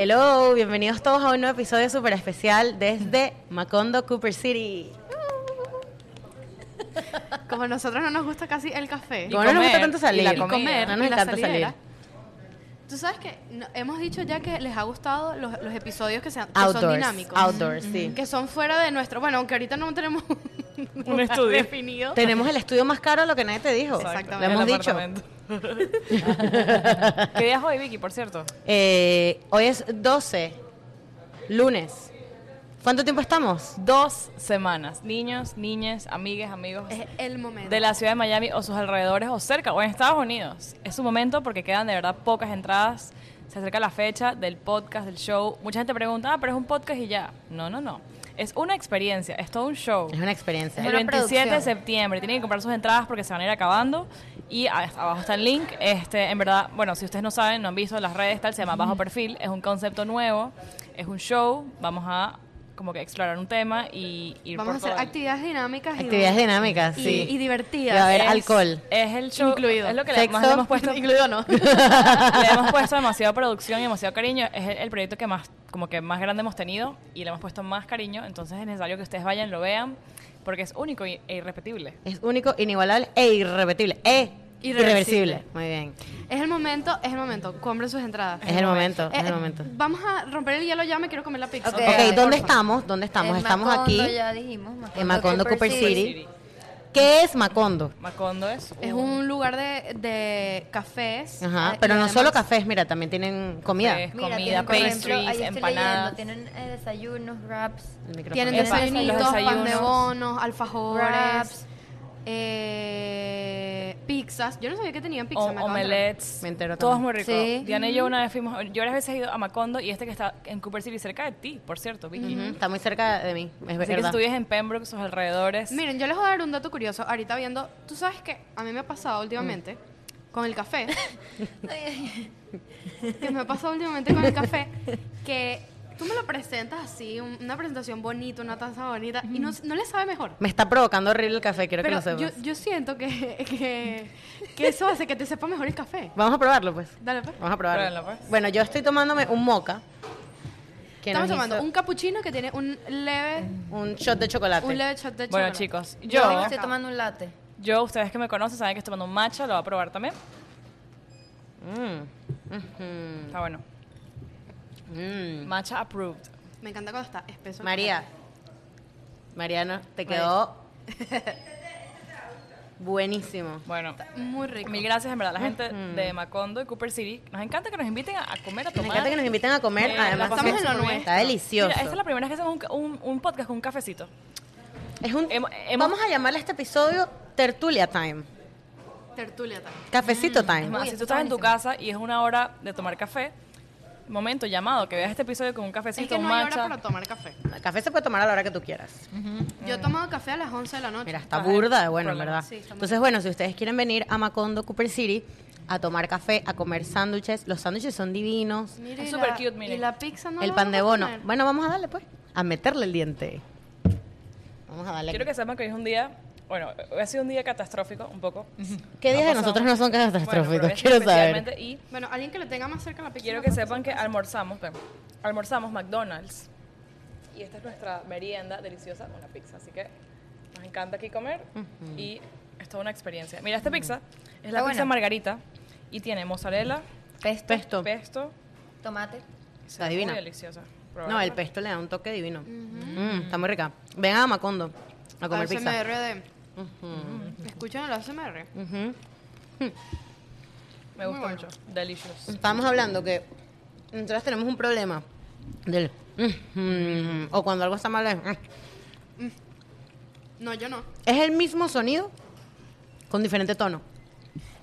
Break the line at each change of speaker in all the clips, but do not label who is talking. Hello, bienvenidos todos a un nuevo episodio súper especial desde Macondo, Cooper City.
Como a nosotros no nos gusta casi el café.
Y
Como no nos gusta
comer,
tanto salir,
y la
y
comida,
no nos
y la
encanta salir.
salidera. Tú sabes que no- hemos dicho ya que les ha gustado los, los episodios que, sean, que son
Outdoors,
dinámicos.
outdoors, sí.
Que son fuera de nuestro. Bueno, aunque ahorita no tenemos un lugar
estudio.
definido.
Tenemos el estudio más caro, lo que nadie te dijo.
Exactamente.
Lo hemos
El
dicho.
apartamento. ¿Qué día es hoy, Vicky, por cierto?
Eh, hoy es 12, lunes. ¿Cuánto tiempo estamos?
Dos semanas. Niños, niñas, amigas, amigos
Eh,
Es el momento.
de la ciudad de Miami o sus alrededores o cerca o en Estados Unidos. Es su momento porque quedan de verdad pocas entradas. Se acerca la fecha del podcast, del show. Mucha gente pregunta, ah, pero es un podcast y ya. No, no, no. Es una experiencia, es todo un show.
Es una experiencia.
El
una
27 de
producción.
septiembre. Tienen que comprar sus entradas porque se van a ir acabando. Y a- abajo está el link. Este, en verdad, bueno, si ustedes no saben, no han visto las redes, tal, se llama Bajo Perfil. Es un concepto nuevo. Es un show. Vamos a como que explorar un tema y ir
Vamos a
por
hacer
todo el-
actividades dinámicas. y-
Actividades dinámicas,
y,
sí.
y divertidas.
Y a ver,
Es-
alcohol.
Es el show.
Incluido.
Es lo que le,
Sexo.
más le hemos puesto.
Incluido no.
le hemos puesto demasiada producción y demasiado cariño. Es el, el proyecto que más, como que más grande hemos tenido y le hemos puesto más cariño. Entonces es necesario que ustedes vayan, lo vean, porque es único y- e irrepetible.
Es único, inigualable e irrepetible. E irreversible.
Irreversible.
Muy bien.
es el momento, es el momento. Compren sus entradas.
Es el momento, es
Eh,
el
eh,
momento.
Vamos a romper el hielo ya, me quiero comer la pizza.
Ok,
Ok,
dale,
¿dónde
porfa.
estamos? ¿Dónde estamos?
En
Estamos
Macondo,
aquí.
Ya dijimos, Macondo,
en Macondo, Cooper City.
City.
¿Qué es Macondo?
Macondo es.
Es un lugar de, de cafés.
Ajá,
eh,
pero
y
no
además-
solo cafés, mira, también tienen comida.
Cafés.
Mira,
Comida,
tienen, por ejemplo,
pastries,
ahí estoy
empanadas.
Leyendo, tienen eh, desayunos, wraps.
El micrófono.
Tienen
Epa,
desayunitos,
los
pan de
desayunos.
bonos, alfajores,
Wraps.
eh, pizzas. Yo no sabía que tenían pizza.
O-
me acabo de enterar.
omelets,
Me entero
todo es
también.
muy rico.
Sí.
Diana y yo una vez fuimos, yo varias veces he ido a Macondo y este que está en Cooper City cerca de ti, por cierto, Vicky.
Ujú, Está muy cerca de mí, es
Así que si
verdad.
tú vives en Pembroke, sus alrededores,
Miren, yo les voy a dar un dato curioso. Ahorita viendo, tú sabes que a mí me ha pasado últimamente con el café, que me ha pasado últimamente con el café, que tú me lo presentas así, un- una presentación bonita, una taza bonita, y no, no le sabe mejor.
Me está provocando horrible el café, quiero
Pero
que lo
yo,
sepas.
yo siento que, que, que eso hace que te sepa mejor el café.
Vamos a probarlo, pues.
Dale, pues.
Vamos a probarlo.
Pruébenlo, pues.
Bueno, yo estoy tomándome un moca. que
Estamos
nos hizo
tomando un cappuccino que tiene un leve,
un shot de chocolate.
un leve shot de
Bueno,
chocolate.
chicos,
Yo
yo,
estoy tomando un latte.
yo, ustedes que me conocen saben que estoy tomando un matcha, lo voy a probar también.
Mm. Ujú.
Está bueno.
Mm.
Matcha approved.
Me encanta cuando está espeso.
María. Mariano, te quedó buenísimo.
Bueno,
Muy rico.
mil gracias en verdad a la gente de Macondo y Cooper City. Nos encanta que nos inviten a a comer, a
Mm-hmm. Me
tomar.
encanta que nos inviten a comer.
Eh,
Además,
la pasamos
que
en lo
está delicioso.
Mira, esta es la primera vez que hacemos un, un- un podcast con un cafecito.
Es un-
Hemos- hemos-
vamos a llamarle a este episodio Tertulia Time.
Tertulia también.
Cafecito
Es
Time.
más,
Uy,
si
esto
tú
está
estás en tu
buenísimo.
casa y es una hora de tomar café, momento llamado, que veas este episodio con un cafecito,
Es que
un
no hay hora
matcha.
para tomar café.
El café se puede tomar a la hora que tú quieras.
Yo he tomado café a las 11 de la noche.
Mm. Mira, está
Ajá,
burda de bueno, en
problema.
verdad.
Sí, está muy
Entonces, bueno, si ustedes quieren venir a Macondo, Cooper City, a tomar café, a comer sándwiches, los sándwiches son divinos.
Mire,
Es
y
súper
la-
cute, mire.
Y la pizza no
el
la
pan de
vamos a
bono.
comer.
Bueno, vamos a darle, pues, a meterle el diente. Vamos a darle.
Quiero que sepan que hoy es un día, bueno, hoy ha sido un día catastrófico, un poco.
¿Qué días
Ha
de
pasado-
nosotros no son
Bueno,
catastróficos?
pero hoy
Quiero saber.
especialmente, Y
Bueno, alguien que le tenga más cerca la pizza.
quiero que sepan que almorzamos, ven, almorzamos McDonald's. Y esta es nuestra merienda deliciosa, una pizza. Así que nos encanta aquí comer y es toda una experiencia. Mira, esta pizza es la
Está
pizza
buena.
margarita y tiene mozzarella,
Pesto,
Pesto.
pesto.
tomate.
y se
Está
ve
divina.
Muy deliciosa.
No, el
Probarla.
pesto le da un toque divino. Mm, está muy rica. Vengan a Macondo a comer pizza.
ASMR de... Escuchen el ASMR.
Ujú.
Me gusta
Muy bueno.
mucho. Delicious.
Estábamos hablando que nosotros tenemos un problema del mm, mm, o cuando algo está mal es, mm.
No, yo no.
es el mismo sonido con diferente tono.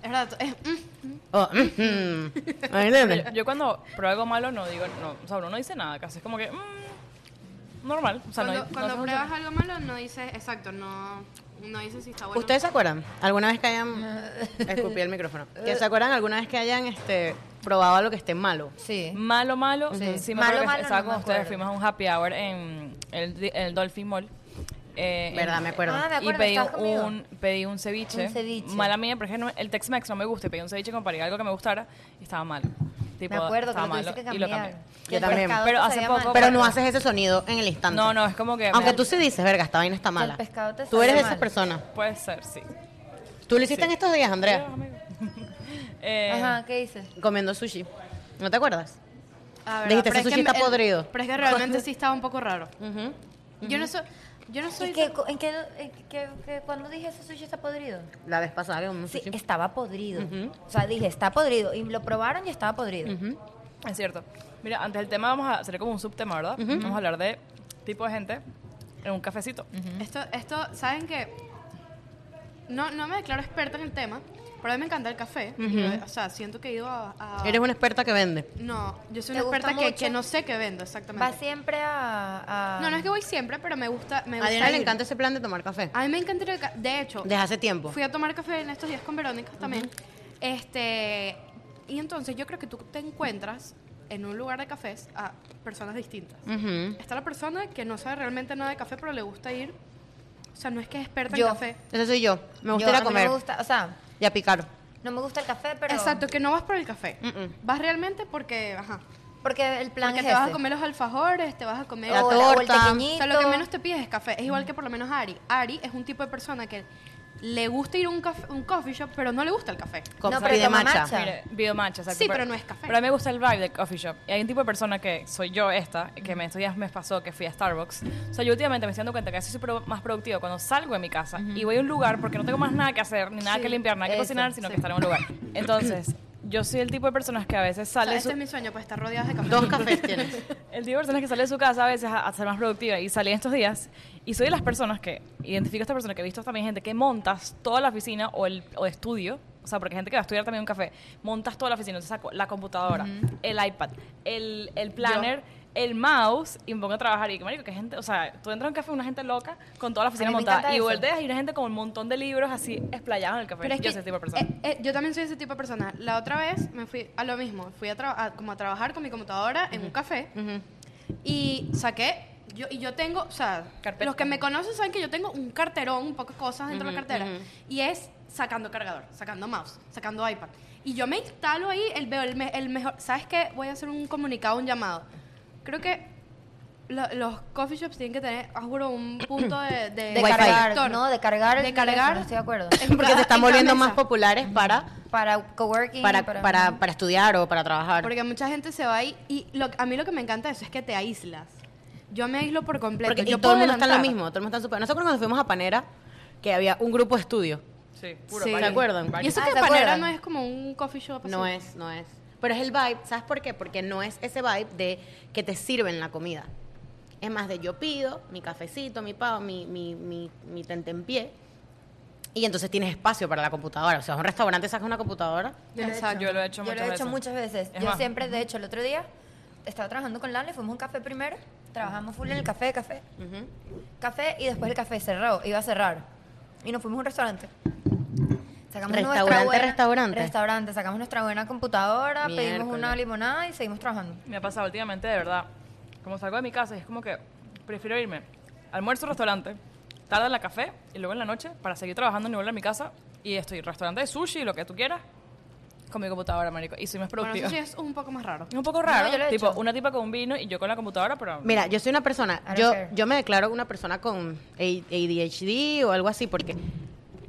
Es verdad. es- mm, mm.
O, mm, mm. ¿Me entiendes?
Yo cuando pruebo algo malo no digo, no, o sea, uno no dice nada, casi es como que mm, normal. O sea, no-
cuando
no
cuando
se
pruebas
funciona.
algo malo, no dices... Exacto, no, no dices si está bueno.
¿Ustedes se acuerdan? ¿Alguna vez que hayan escupí el micrófono? ¿Que se acuerdan alguna vez que hayan este probado algo que esté malo?
Sí.
malo malo, sí, me acuerdo
Malo,
que
malo,
estaba
no
con
me
ustedes,
acuerdo.
fuimos a un happy hour en el, di- el Dolphin Mall. eh, en-
¿Verdad? Me acuerdo.
Ah, me
Y
acuerdo,
pedí
estabas conmigo.
un, pedí un ceviche.
Un ceviche.
Mala mía, porque no- el Tex-Mex no me gusta. y Pedí un ceviche como para ir a algo que me gustara y estaba malo. Tipo,
Me acuerdo que
estaba
lo tuviste que
malo, y lo
cambiar.
cambié.
Y
Yo
el
también.
pescado
Pero
te
hace
sabía
poco-
mal.
Pero no haces ese sonido en el instante.
No, no, es como que... me-
Aunque tú sí dices, verga, esta vaina está mala.
El pescado te
Tú eres
sabe
de esas
mal.
personas.
Puede ser, sí.
Tú lo hiciste en estos días, Andrea,
Eh,
Ajá, ¿qué dices?
comiendo sushi. ¿No te acuerdas?
Ah, ¿verdad?
Dijiste, ese
Pero es
sushi
que
está
el-
podrido.
Pero es que realmente sí estaba un poco raro. Yo no soy... Yo no soy...
¿Y qué, co- en qué, en qué- qué- cuando dije eso sushi está podrido?
La vez pasada que comimos
Sí,
sushi.
estaba podrido. O sea, dije, está podrido. Y lo probaron y estaba podrido.
Es cierto. Mira, antes del tema vamos a hacer como un subtema, ¿verdad? Vamos a hablar de tipo de gente en un cafecito.
Esto, esto, ¿saben qué? No, no me declaro experta en el tema, pero a mí me encanta el café. Yo, o sea, siento que he ido a... a-
Eres una experta que vende.
No, yo soy una
¿Te gusta
experta que,
mucho?
que no sé qué vendo
Va
exactamente.
siempre a, a-
No, no es que voy siempre, pero me gusta... Me
A
gusta
Diana le
ir.
encanta ese plan de tomar café.
A mí me encanta ir al ca- De hecho,
Desde hace tiempo.
fui a tomar café en estos días con Verónica también. Este... Y entonces yo creo que tú te encuentras en un lugar de cafés a personas distintas.
Ujú.
Está la persona que no sabe realmente nada de café, pero le gusta ir. O sea, no es que es experta
Yo.
en café.
Ese soy yo. Me gusta ir
Yo- a
a
mí no
comer
me gusta, o sea,
y a picar.
no me gusta el café, pero...
Exacto, que no vas por el café.
Mm-mm.
Vas realmente porque, ajá,
Porque el plan
porque
es
te vas a
ese.
comer los alfajores, te vas a comer...
La
o,
O
la- o el
torta.
tequeñito.
sea, lo que menos te pides es café. Es igual que por lo menos Ari. Ari es un tipo de persona que le gusta ir a un, caf- un coffee shop, pero no le gusta el café.
Con
No,
no,
pero
de
toma
matcha.
matcha.
Mire, biomatcha, exacto.
Sí, pero no es café.
Pero a mí me gusta el vibe del coffee shop. Y hay un tipo de persona que soy yo esta, que me, estos días me pasó que fui a Starbucks. O sea, yo últimamente me estoy dando cuenta que soy súper más productiva cuando salgo de mi casa y voy a un lugar porque no tengo más nada que hacer, ni nada
Sí,
que limpiar, nada que
eso,
cocinar, sino que
sí.
estar en un lugar. Entonces, yo soy el tipo de personas que a veces
O sea,
sale...
ese
su-
es mi sueño, pues estar rodeada de café.
Dos cafés tienes.
El tipo de personas que sale de su casa a veces a, a ser más productiva y salí en estos días y soy de las personas que identifico a esta persona que he visto también gente que montas toda la oficina o el o estudio, o sea, porque hay gente que va a estudiar también en un café, montas toda la oficina, entonces saco la computadora, el iPad, el, el planner, el mouse y me pongo a trabajar y que marico, que gente, o sea, tú entras a un café una gente loca con toda la oficina
me
montada
encanta
y
eso.
volteas y una gente con un montón de libros así esplayados en el café.
Pero es
yo
que,
soy ese tipo de persona.
eh, eh, yo también soy ese tipo de persona. La otra vez me fui a lo mismo. Fui a, traba- a- como a trabajar con mi computadora en un café y saqué. Yo, y yo tengo, o sea,
Carpeta.
los que me conocen saben que yo tengo un carterón, un poco de cosas dentro de la cartera. Y es sacando cargador, sacando mouse, sacando iPad. Y yo me instalo ahí, el, veo el, me- el mejor. ¿Sabes qué? Voy a hacer un comunicado, un llamado. Creo que lo- los coffee shops tienen que tener, ah, juro, un punto de.
De
Wi-Fi.
cargar,
conector.
no, de cargar el
De cargar.
teléfono, estoy de acuerdo.
en
Porque
cada-
se están
en cada
volviendo más
mesa.
populares para,
Para coworking.
para, para, para estudiar o para trabajar.
Porque mucha gente se va ahí y lo- a mí lo que me encanta de eso es que te aíslas. Yo me aíslo por completo.
Porque y
yo
todo el
puedo
mundo está en lo
adelantar.
mismo. Todo el mundo está en su- Nosotros cuando fuimos a Panera, que había un grupo de estudio.
sí, puro
Sí.
varios-
¿Se acuerdan?
varios.
Y eso
Ah,
que
¿se
Panera
acuerdan?
no es como un coffee shop.
No
así.
es, no es. Pero es el vibe, ¿sabes por qué? Porque no es ese vibe de que te sirven la comida. Es más de yo pido mi cafecito, mi pavo, mi, mi, mi, mi tentempié. Y entonces tienes espacio para la computadora. O sea, un restaurante sacas una computadora.
Yo lo he
Exacto.
Yo lo he hecho
yo
muchas
lo he
veces.
hecho muchas veces.
Es
yo
más-
siempre, de hecho, el otro día estaba trabajando con Lana y fuimos a un café primero. Trabajamos full en el café, café, café y después el café cerró, iba a cerrar. Y nos fuimos a un restaurante. Sacamos nuestra
Restaurante,
buena-
restaurante.
Restaurante, sacamos nuestra buena computadora, pedimos
Miércoles.
una limonada y seguimos trabajando.
Me ha pasado últimamente, de verdad. Como salgo de mi casa, es como que prefiero irme almuerzo restaurante, tarde en la café y luego en la noche para seguir trabajando y volver a mi casa. Y estoy restaurante de sushi, lo que tú quieras, con mi computadora, marico. Y soy más
Bueno,
productiva.
eso sí es un poco más raro.
Es un poco raro.
yo lo he
tipo,
hecho.
una tipa con un vino y yo con la computadora, pero.
Mira, yo soy una persona,
I don't
yo,
care.
yo me declaro una persona con ADHD o algo así, porque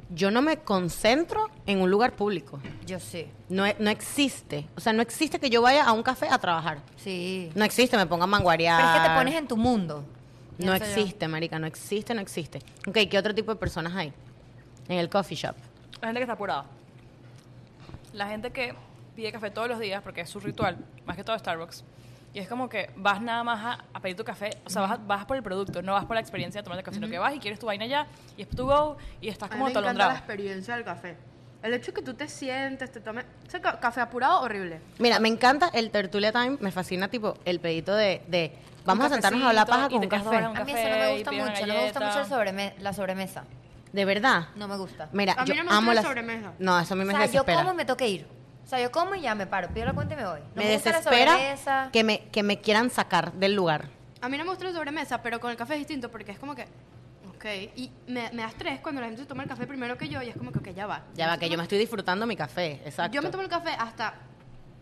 yo no me concentro en un lugar público.
Yo sí.
No, e- no existe. O sea, no existe que yo vaya a un café a trabajar.
Sí.
No existe, me ponga a manguarear.
Pero es que te pones en tu mundo.
No
Pienso yo.
existe, marica, no existe, no existe. Ok, ¿qué otro tipo de personas hay? En el coffee shop.
La gente que está apurada. La gente que pide café todos los días porque es su ritual, más que todo Starbucks. Y es como que vas nada más a, a pedir tu café, o sea, vas, a- vas por el producto, no vas por la experiencia de tomar el café, sino que vas y quieres tu vaina ya, y es tu go, y estás como atolondrado.
experiencia del café. El hecho que tú te sientes, te tomes... café apurado, horrible.
Mira, me encanta el tertulia time, me fascina tipo el pedito de, de vamos
Un
a sentarnos a hablar paja
cafecito y
con
te
un
quedas dos
café.
horas
A mí eso
café
no me
y
gusta
pides una
mucho. No me gusta mucho el
galleta.
sobreme- la sobremesa.
De verdad.
No me gusta.
Mira,
A mí
yo
no me gusta
amo
la
las
sobremesa.
No, eso a mí me
o sea, yo
desespera.
como y me toque ir. O sea, yo como y ya me paro, pido la cuenta y me voy. No
me,
me gusta la
desespera
sobremesa.
que me, que me quieran sacar del lugar.
A mí no me gusta la sobremesa, pero con el café es distinto porque es como que... Ok, y me, me da estrés cuando la gente se toma el café primero que yo y es como que, ok, ya va.
Ya va, que yo me
me
estoy disfrutando mi café, exacto.
Yo me tomo el café hasta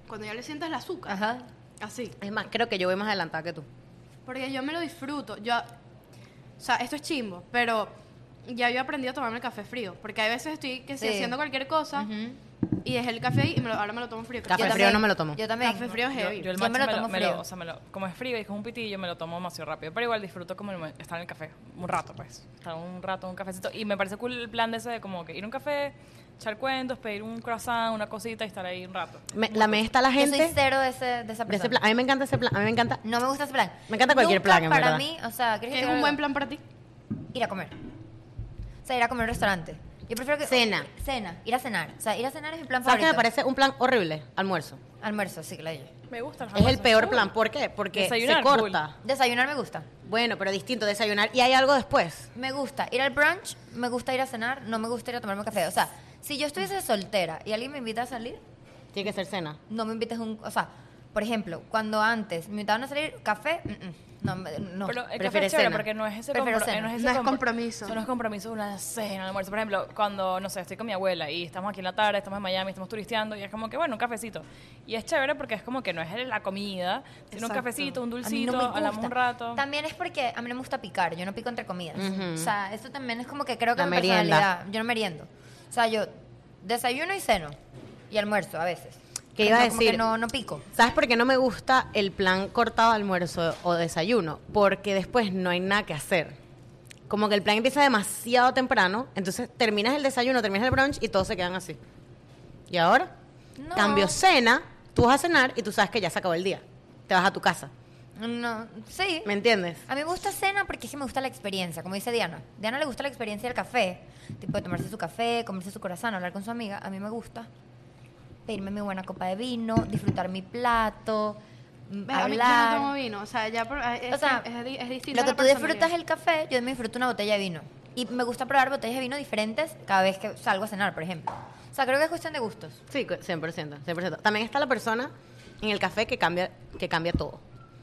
cuando ya le sientas el azúcar.
Ajá.
Así.
Es más, creo que yo voy más adelantada que tú.
Porque yo me lo disfruto. Yo, o sea, esto es chimbo, pero ya yo he aprendido a tomarme el café frío. Porque hay veces estoy que si
Sí.
haciendo cualquier cosa y dejé el café ahí y me lo- ahora me lo tomo frío.
Café frío
Yo también-
no me lo tomo.
Yo también.
Café frío es heavy.
Yo el
Yo
matcha me
me lo
lo,
tomo
me lo-
frío.
o sea, me lo- como es frío y es un pitillo, me lo tomo demasiado rápido. Pero igual disfruto como el mo- estar en el café un rato, pues. Estar un rato en un cafecito. Y me parece cool el plan de ese de como que ir a un café, echar cuentos, pedir un croissant, una cosita y estar ahí un rato.
Me- la me está la
Yo soy
gente
cero de, ese- de esa
de ese
persona.
plan. A mí me encanta ese plan. A mí me encanta.
No me gusta ese plan.
Me encanta cualquier
Nunca
plan, en
para
verdad.
mí, o sea, ¿quieres
Que
que
es
te
un
diga
buen
algo?
plan para ti.
Ir a comer. O sea, ir a comer a un restaurante. Yo prefiero que...
Cena.
Cena. Ir a cenar. O sea, ir a cenar es mi plan
¿Sabes qué me
favorito.
parece un plan horrible? Almuerzo.
Almuerzo, sí, claro.
Me gusta.
Es el
Uh,
peor plan. ¿Por qué? Porque se
Desayunar,
corta.
Desayunar me gusta.
Bueno, pero distinto desayunar. Y hay algo después.
Me gusta ir al brunch, me gusta ir a cenar, no me gusta ir a tomarme café. O sea, si yo estuviese soltera y alguien me invita a salir,
Tiene que ser cena.
no me invites un... O sea, por ejemplo, cuando antes me invitaban a salir, café, mm, mm, no, me- no.
Pero el café
prefiero
es chévere
cena.
porque no es ese,
Prefiero
compro-
cena.
eh, ese
No es
compro-
compromiso.
Son los compromisos de una cena, un almuerzo. Por ejemplo, cuando, no sé, estoy con mi abuela y estamos aquí en la tarde, estamos en Miami, estamos turisteando y es como que, bueno, un cafecito. Y es chévere porque es como que no es la comida, sino un
Exacto.
cafecito, un
A mí
dulcito,
no me
hablamos
gusta.
un rato.
También es porque a mí no me gusta picar, yo no pico entre comidas. O sea, eso también es como que creo que
La
mi
merienda.
personalidad, yo no meriendo. O sea, yo desayuno y ceno y almuerzo a veces.
¿Qué
Pero
iba a
no, como que
decir?
no, no pico.
¿Sabes por qué no me gusta el plan cortado de almuerzo o desayuno? Porque después no hay nada que hacer. Como que el plan empieza demasiado temprano, entonces terminas el desayuno, terminas el brunch y todos se quedan así. ¿Y ahora?
No.
Cambio cena, tú vas a cenar y tú sabes que ya se acabó el día. Te vas a tu casa.
No, sí.
¿Me entiendes?
A mí me gusta cena porque es que me gusta la experiencia, como dice Diana. Diana le gusta la experiencia del café, tipo de tomarse su café, comerse su corazón, hablar con su amiga. A mí me gusta pedirme mi buena copa de vino, disfrutar mi plato, mm,
Ve, A mí yo no
hablar.
tomo vino. O sea, ya por- es,
O sea,
es, di- es distinto.
Lo
a
que
la
tú disfrutas
personalidad.
el café, yo me disfruto una botella de vino. Y me gusta probar botellas de vino diferentes cada vez que salgo a cenar, por ejemplo. O sea, creo que es cuestión de gustos.
Sí, cu- 100%, 100%. También está la persona en el café que cambia, que cambia todo.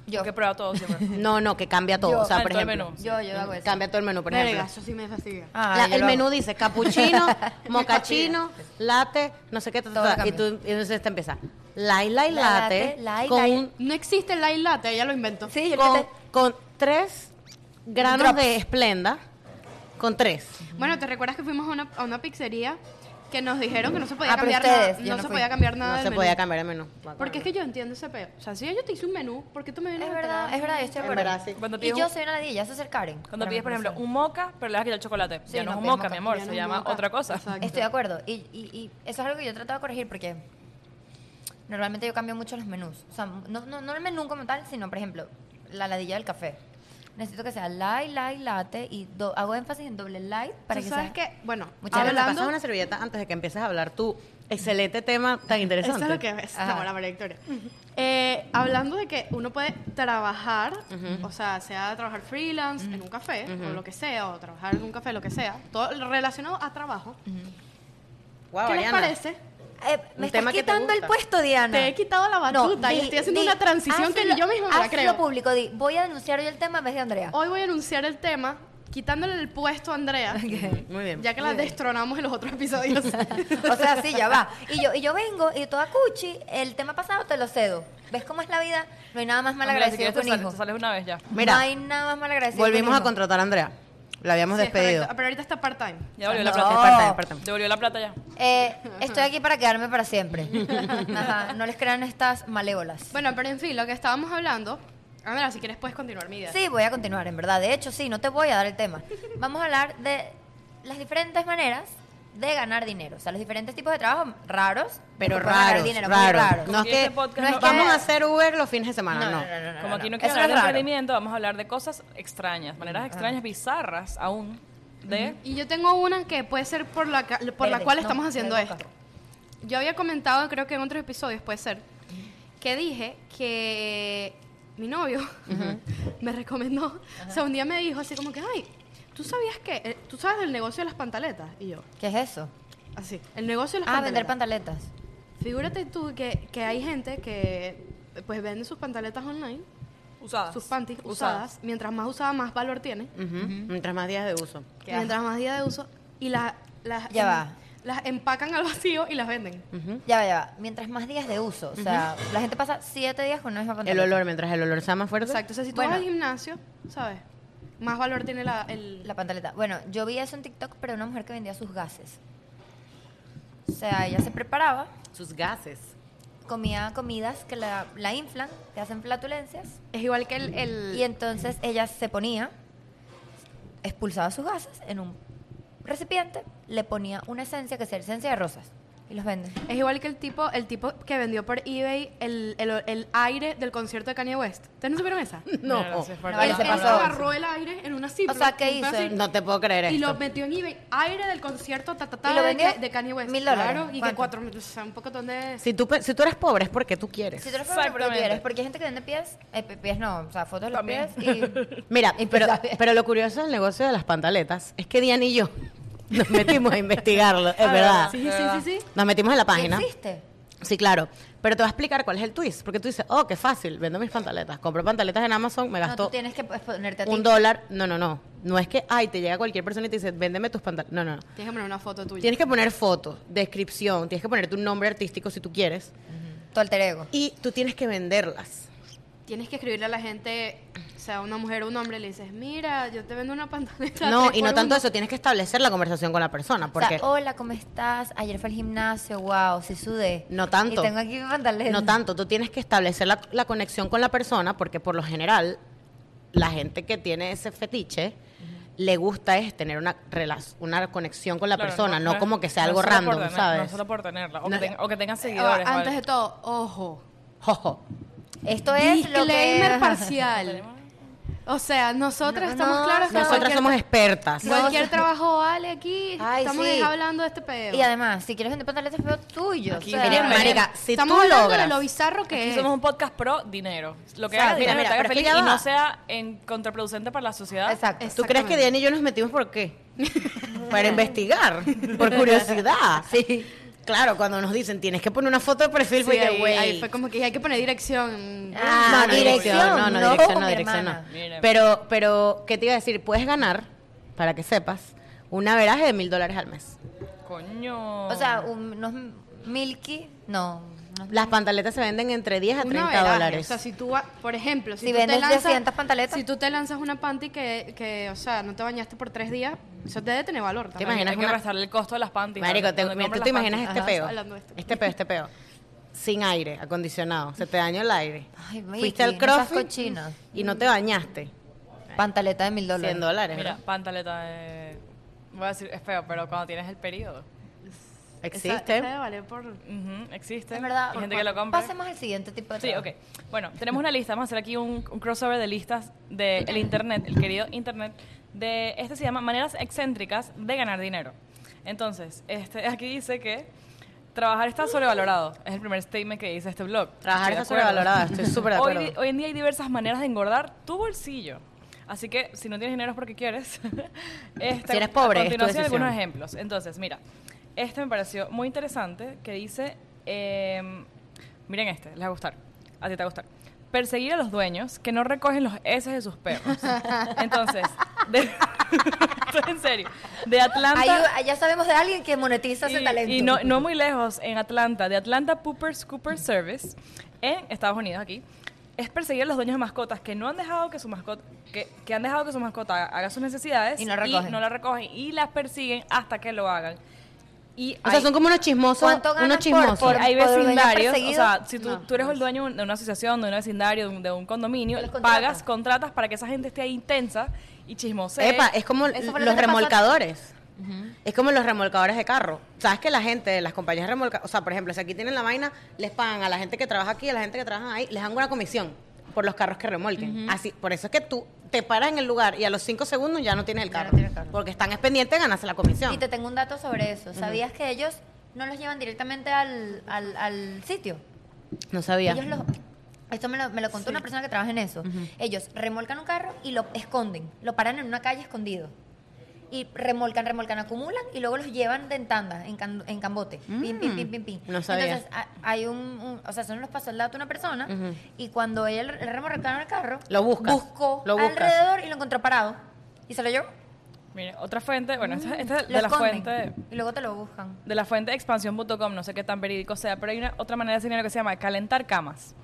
Yo,
Que he probado todo siempre.
No, no, que cambia todo.
Yo-
o sea,
Ah,
por
todo el
ejemplo,
menú.
yo, yo hago eso.
cambia todo el menú, por
Verga,
ejemplo.
eso sí me fastidia.
Ah,
La-
yo
el
lo
menú
hago.
dice cappuccino, mocachino, latte, no sé qué, ta, ta,
Todo
ta,
cambia.
y tú y entonces te empieza. Lai, lai,
La
latte,
latte, lai,
con,
lai.
un-
No existe el light latte, ella lo inventó.
Sí, yo lo
con,
que te-
con tres granos
Drops.
de esplenda, con tres.
Bueno, ¿te recuerdas que fuimos a una, a una pizzería que nos dijeron que no se podía
Ah, pero
cambiar
ustedes,
nada?
yo
No,
no
se
fui.
podía cambiar nada
no
del
se
menú?
podía cambiar el menú.
Porque es que yo entiendo ese pedo. O sea, si yo te hice un menú, ¿por qué tú me vienes
Es
a traer
verdad, es verdad, yo estoy de
En verdad,
acuerdo.
sí.
Cuando
Y
pides,
yo
un-
soy una ladilla, eso es ser Karen.
cuando
Para
pides,
mí
por ejemplo,
funciona.
un moca, pero le vas a quitar el chocolate.
Sí,
ya no
no
es un
pides
moca,
moca,
mi amor,
ya
se
no es
llama
moca.
otra cosa.
Exacto.
Estoy de acuerdo. Y, y- y eso es algo que yo he tratado de corregir porque normalmente yo cambio mucho los menús. O sea, no, no, no el menú como tal, sino, por ejemplo, la ladilla del café. Necesito que sea light, light, latte y do- hago énfasis en doble light para
Tú
que
sabes
sea...
que, bueno,
Muchas
Chara, ¿me pasas
hablando...
una servilleta antes de que empieces a hablar tu excelente tema tan
Eso
interesante?
es lo que es.
Ajá.
Ahora, María Victoria. Eh, hablando de que uno puede trabajar, o sea, sea trabajar freelance en un café o lo que sea, o trabajar en un café, lo que sea, todo relacionado a trabajo.
Ah,
Guau,
¿Qué les
Ariana.
parece?
Eh,
un
me estás
tema que te
quitando el
gusta.
puesto, Diana.
Te he quitado la batuta y
di-
estoy haciendo
di,
una transición que
hazlo-
ni yo misma me la
hazlo
creo. Oh.
público, di, voy a denunciar yo el tema en vez de Andrea.
Hoy voy a anunciar el tema, quitándole el puesto a Andrea,
Muy bien.
ya que la destronamos en los otros episodios.
O sea, sí, ya va. Y yo, y yo vengo y toda cuchi, el tema pasado te lo cedo. ¿ves cómo es la vida? No hay nada más mal
Andrea, si
agradecido
quieres,
que
te sales,
un hijo.
te sales una vez ya.
Mira,
no hay nada más mal agradecido. que un
Volvimos a
hijo.
contratar a Andrea. La habíamos
Sí, es
despedido.
correcto. Pero ahorita está part-time.
Ya volvió la
No.
plata.
Aparta, aparta.
Devolvió la plata ya.
Eh, estoy aquí para quedarme para siempre. Ajá, no les crean estas malévolas.
Bueno, pero en fin, lo que estábamos hablando. Andrea, si quieres puedes continuar mi idea.
Sí, voy a continuar, en verdad. De hecho, sí, no te voy a dar el tema. Vamos a hablar de las diferentes maneras de ganar dinero. O sea, los diferentes tipos de trabajo raros,
Pero
que puedes ganar
raros,
dinero, muy
raros.
raros.
No es
que
que,
este podcast
no es
no-
que vamos
no.
a hacer Uber los fines de semana, no.
Como aquí no
Eso
quiero hablar de
raro.
emprendimiento, vamos a hablar de cosas extrañas, maneras extrañas, bizarras aún, de...
¿Eh? Y yo tengo una que puede ser por la, ca- por la
Verde,
cual
no,
estamos haciendo
verde,
esto. Yo había comentado, creo que en otros episodios puede ser, que dije que mi novio me recomendó. O sea, un día me dijo así como que, ay, ¿tú sabías que? eh, ¿Tú sabes del negocio de las pantaletas? Y yo,
¿Qué es eso?
así, el negocio de las
Ah,
pantaletas.
vender pantaletas.
Figúrate tú que, que hay gente que pues vende sus pantaletas online,
Usadas.
sus panties usadas. Mientras más usada, más valor tiene.
Ujú. Mientras más días de uso.
mientras más día de uso. Y la, las em,
Ya va.
las empacan al vacío y las venden.
Ya va, ya va. Mientras más días de uso, o sea, la gente pasa siete días con una misma
El
pantalla.
olor, mientras el olor sea más fuerte.
Exacto. O sea, si tú
Bueno.
vas al gimnasio, ¿sabes? Más valor tiene la, el,
La pantaleta. Bueno, yo vi eso en TikTok, pero una mujer que vendía sus gases. O sea, ella se preparaba,
Sus gases.
comía comidas que la, la inflan, te hacen flatulencias,
Es igual que el. el-
y entonces ella se ponía, expulsaba sus gases en un recipiente, le ponía una esencia que es esencia de rosas, y los venden.
es igual que el tipo, el tipo que vendió por eBay el, el- el aire del concierto de Kanye West. ¿Ustedes no supieron esa?
No. oh,
Mira, sí, es fuerte.
No, él
él,
se
él
pasó.
agarró el aire en una cifra.
O sea, ¿qué hizo él?
No te puedo creer
Y
esto.
lo metió en eBay. Aire del concierto ta, ta, ta,
¿Y lo
de,
vendió?
Ka- de Kanye West.
Mil dólares.
Claro, y que
¿Cuánto?
cuatro mil. O sea, un poco de.
Si tú, pe- si tú eres pobre es porque tú quieres.
Si tú lo fueras porque tú
Exactamente.
quieres, porque hay gente que vende pies, eh, pi- pies no, o sea, fotos de los
También.
pies y...
Mira,
Y
pero,
pies.
pero lo curioso del negocio de las pantaletas es que Diana y yo nos metimos a investigarlo, es verdad.
Sí, sí, sí, sí.
Nos metimos en la
¿Y
página.
existe?
Sí, claro. Pero te voy a explicar cuál es el twist. Porque tú dices, oh, qué fácil, vendo mis pantaletas. Compro pantaletas en Amazon, me
No, tú
gasto
tienes que pues, ponerte a ti.
un dólar. No, no, no. No es que, ay, te llega cualquier persona y te dice, véndeme tus pantaletas. No, no, no.
Tienes que poner una foto tuya.
Tienes que poner fotos, descripción, tienes que poner tu nombre artístico si tú quieres.
Tu alter ego.
Y tú tienes que venderlas.
Tienes que escribirle a la gente, o sea, una mujer o un hombre, le dices, mira, yo te vendo una pantaleta.
No,
tres
y no
por
tanto
uno".
eso, tienes que establecer la conversación con la persona.
O sea,
Porque
hola, ¿cómo estás? Ayer fue al gimnasio, wow, sí sudé.
No tanto.
Y tengo aquí mi pantaleta.
No tanto, tú tienes que establecer la, la conexión con la persona porque por lo general la gente que tiene ese fetiche le gusta es tener una, rela- una conexión con la
Claro,
persona, no,
es-
como que sea
no
algo
solo por
random,
tener- No
¿sabes?
solo por tenerla. O,
No. Eh,
que, tenga, o que tenga
Ah,
seguidores.
antes
¿vale?
de todo, ojo.
Jojo.
Esto es lo que...
Disclaimer parcial. O sea, nosotras
No,
estamos
no,
claras que
Nosotras
cualquier-
somos expertas.
Cualquier
No,
trabajo vale aquí.
Ay,
estamos
sí.
hablando de este pedo.
Y además, si quieres vender pantaletas, veo tuyo.
Aquí,
o sea,
Miren,
Miren,
marica, si
estamos
tú
hablando
logras...
de lo bizarro que
Aquí
es.
somos un podcast pro dinero. Lo que
O sea,
haga
mira,
dinero
mira,
te
pero
haga
es que
feliz
ya
y
va.
no sea en contraproducente para la sociedad.
Exacto.
Es-
¿Tú crees que
Exactamente.
Diana y yo nos metimos por qué? Para investigar, por curiosidad. Sí. Claro, cuando nos dicen tienes que poner una foto de perfil,
Sí,
fue que,
ahí-
"Wait".
ahí fue como que hay que poner dirección.
Ah,
no, no,
dirección,
no, no, dirección, no,
mi
dirección, no.
hermana.
Mira.
Pero, pero, ¿qué te iba a decir? Puedes ganar, para que sepas, un averaje de mil dólares al mes.
Coño.
O sea, un- unos milky... No. unos-
Las pantaletas se venden entre 10 a
Un
30
averaje,
dólares.
O sea, si tú, va- por ejemplo, si, tú
Si
te
vendes
lanzas,
200 pantaletas.
Si tú te lanzas una panty que, que, o sea, no te bañaste por tres días, eso te debe tener valor.
¿Te
también.
imaginas
Hay que
una-
restarle el costo de las panties.
Marico,
¿vale?
te,
Cuando
mira, tú
compras
te
las
imaginas este
panties.
Ajá,
peo.
hablando de esto.
Este peo, este peo. Sin aire, acondicionado. Se te dañó el aire.
Ay, Vicky,
Fuiste al
no seas
crossfit
cochina.
y no te bañaste.
Pantaleta de mil
100
dólares.
dólares.
Mira,
bro.
pantaleta de... Voy a decir, es feo, pero cuando tienes el periodo.
Esa-
Existe.
esa debe valer por...
Ujú, existe.
Es verdad.
Hay gente que lo compra.
Pasemos al siguiente tipo de
Sí, ok.
trabajo.
Bueno, tenemos una lista. Vamos a hacer aquí un, un crossover de listas del internet, el querido internet. De, este se llama Maneras Excéntricas de Ganar Dinero. Entonces, este, aquí dice que trabajar está sobrevalorado. Es el primer statement que dice este blog.
Trabajar
Estoy
está
de acuerdo.
sobrevalorado. Estoy súper de
Hoy
acuerdo.
di- Hoy, en día hay diversas maneras de engordar tu bolsillo. Así que si no tienes dinero es porque quieres. Este,
Si eres pobre,
A
es tu
continuación,
decisión.
algunos ejemplos. Entonces, mira, este me pareció muy interesante que dice, em, miren este, les va a gustar, a ti te va a gustar. Perseguir a los dueños que no recogen los S de sus perros. Entonces, de, esto es en serio, de Atlanta...
Hay- ya sabemos de alguien que monetiza ese
Y-
talento.
Y no, no muy lejos, en Atlanta, de Atlanta Poopers Cooper Service, en Estados Unidos, aquí, es perseguir a los dueños de mascotas que no han dejado que su mascota, que, que han dejado que su mascota haga sus necesidades
Y no recogen.
no la recogen y las persiguen hasta que lo hagan. Y
O sea,
hay-
son como unos chismosos.
¿Cuánto ganan
Unos
por-
chismosos.
y hay
por dueño
vecindarios, o
perseguido?
sea, si tú, tú eres el dueño de una asociación, de un vecindario, de un, de un condominio,
Los contratas.
pagas, contratas para que esa gente esté ahí intensa y chismosea.
Epa, es como
Eso fue
los
lo que te pasó a ti.
remolcadores. Es como los remolcadores de carro. ¿Sabes que la gente de las compañías remolcadoras, o sea, por ejemplo, si aquí tienen la vaina, les pagan a la gente que trabaja aquí, a la gente que trabaja ahí, les dan una comisión por los carros que remolquen. Así, por eso es que tú te paras en el lugar y a los cinco segundos ya no tienes el
Ya no
carro.
tienes carro.
Porque están es pendiente de ganarse la comisión.
Y te tengo un dato sobre eso. ¿Sabías que ellos no los llevan directamente al, al, al sitio?
No sabía.
Ellos los... Esto me lo, me lo contó una persona que trabaja en eso. Ellos remolcan un carro y lo esconden. Lo paran en una calle escondido. Y remolcan, remolcan, acumulan y luego los llevan de en tanda, en, can- en cambote. Pim, pim, pim, pim, pim.
No sabía.
Entonces, a- hay un, un- O sea, eso no los pasó el dato a una persona. Y cuando ella remolcaron el carro...
Lo buscas,
Buscó
lo buscas.
alrededor y lo encontró parado. Y se lo llevó.
Mire, otra fuente, bueno, esta, esta es de
Lo
la
esconden
fuente
y luego te lo buscan.
de la fuente expansión.com, no sé qué tan verídico sea, pero hay una, otra manera de hacer dinero que se llama calentar camas.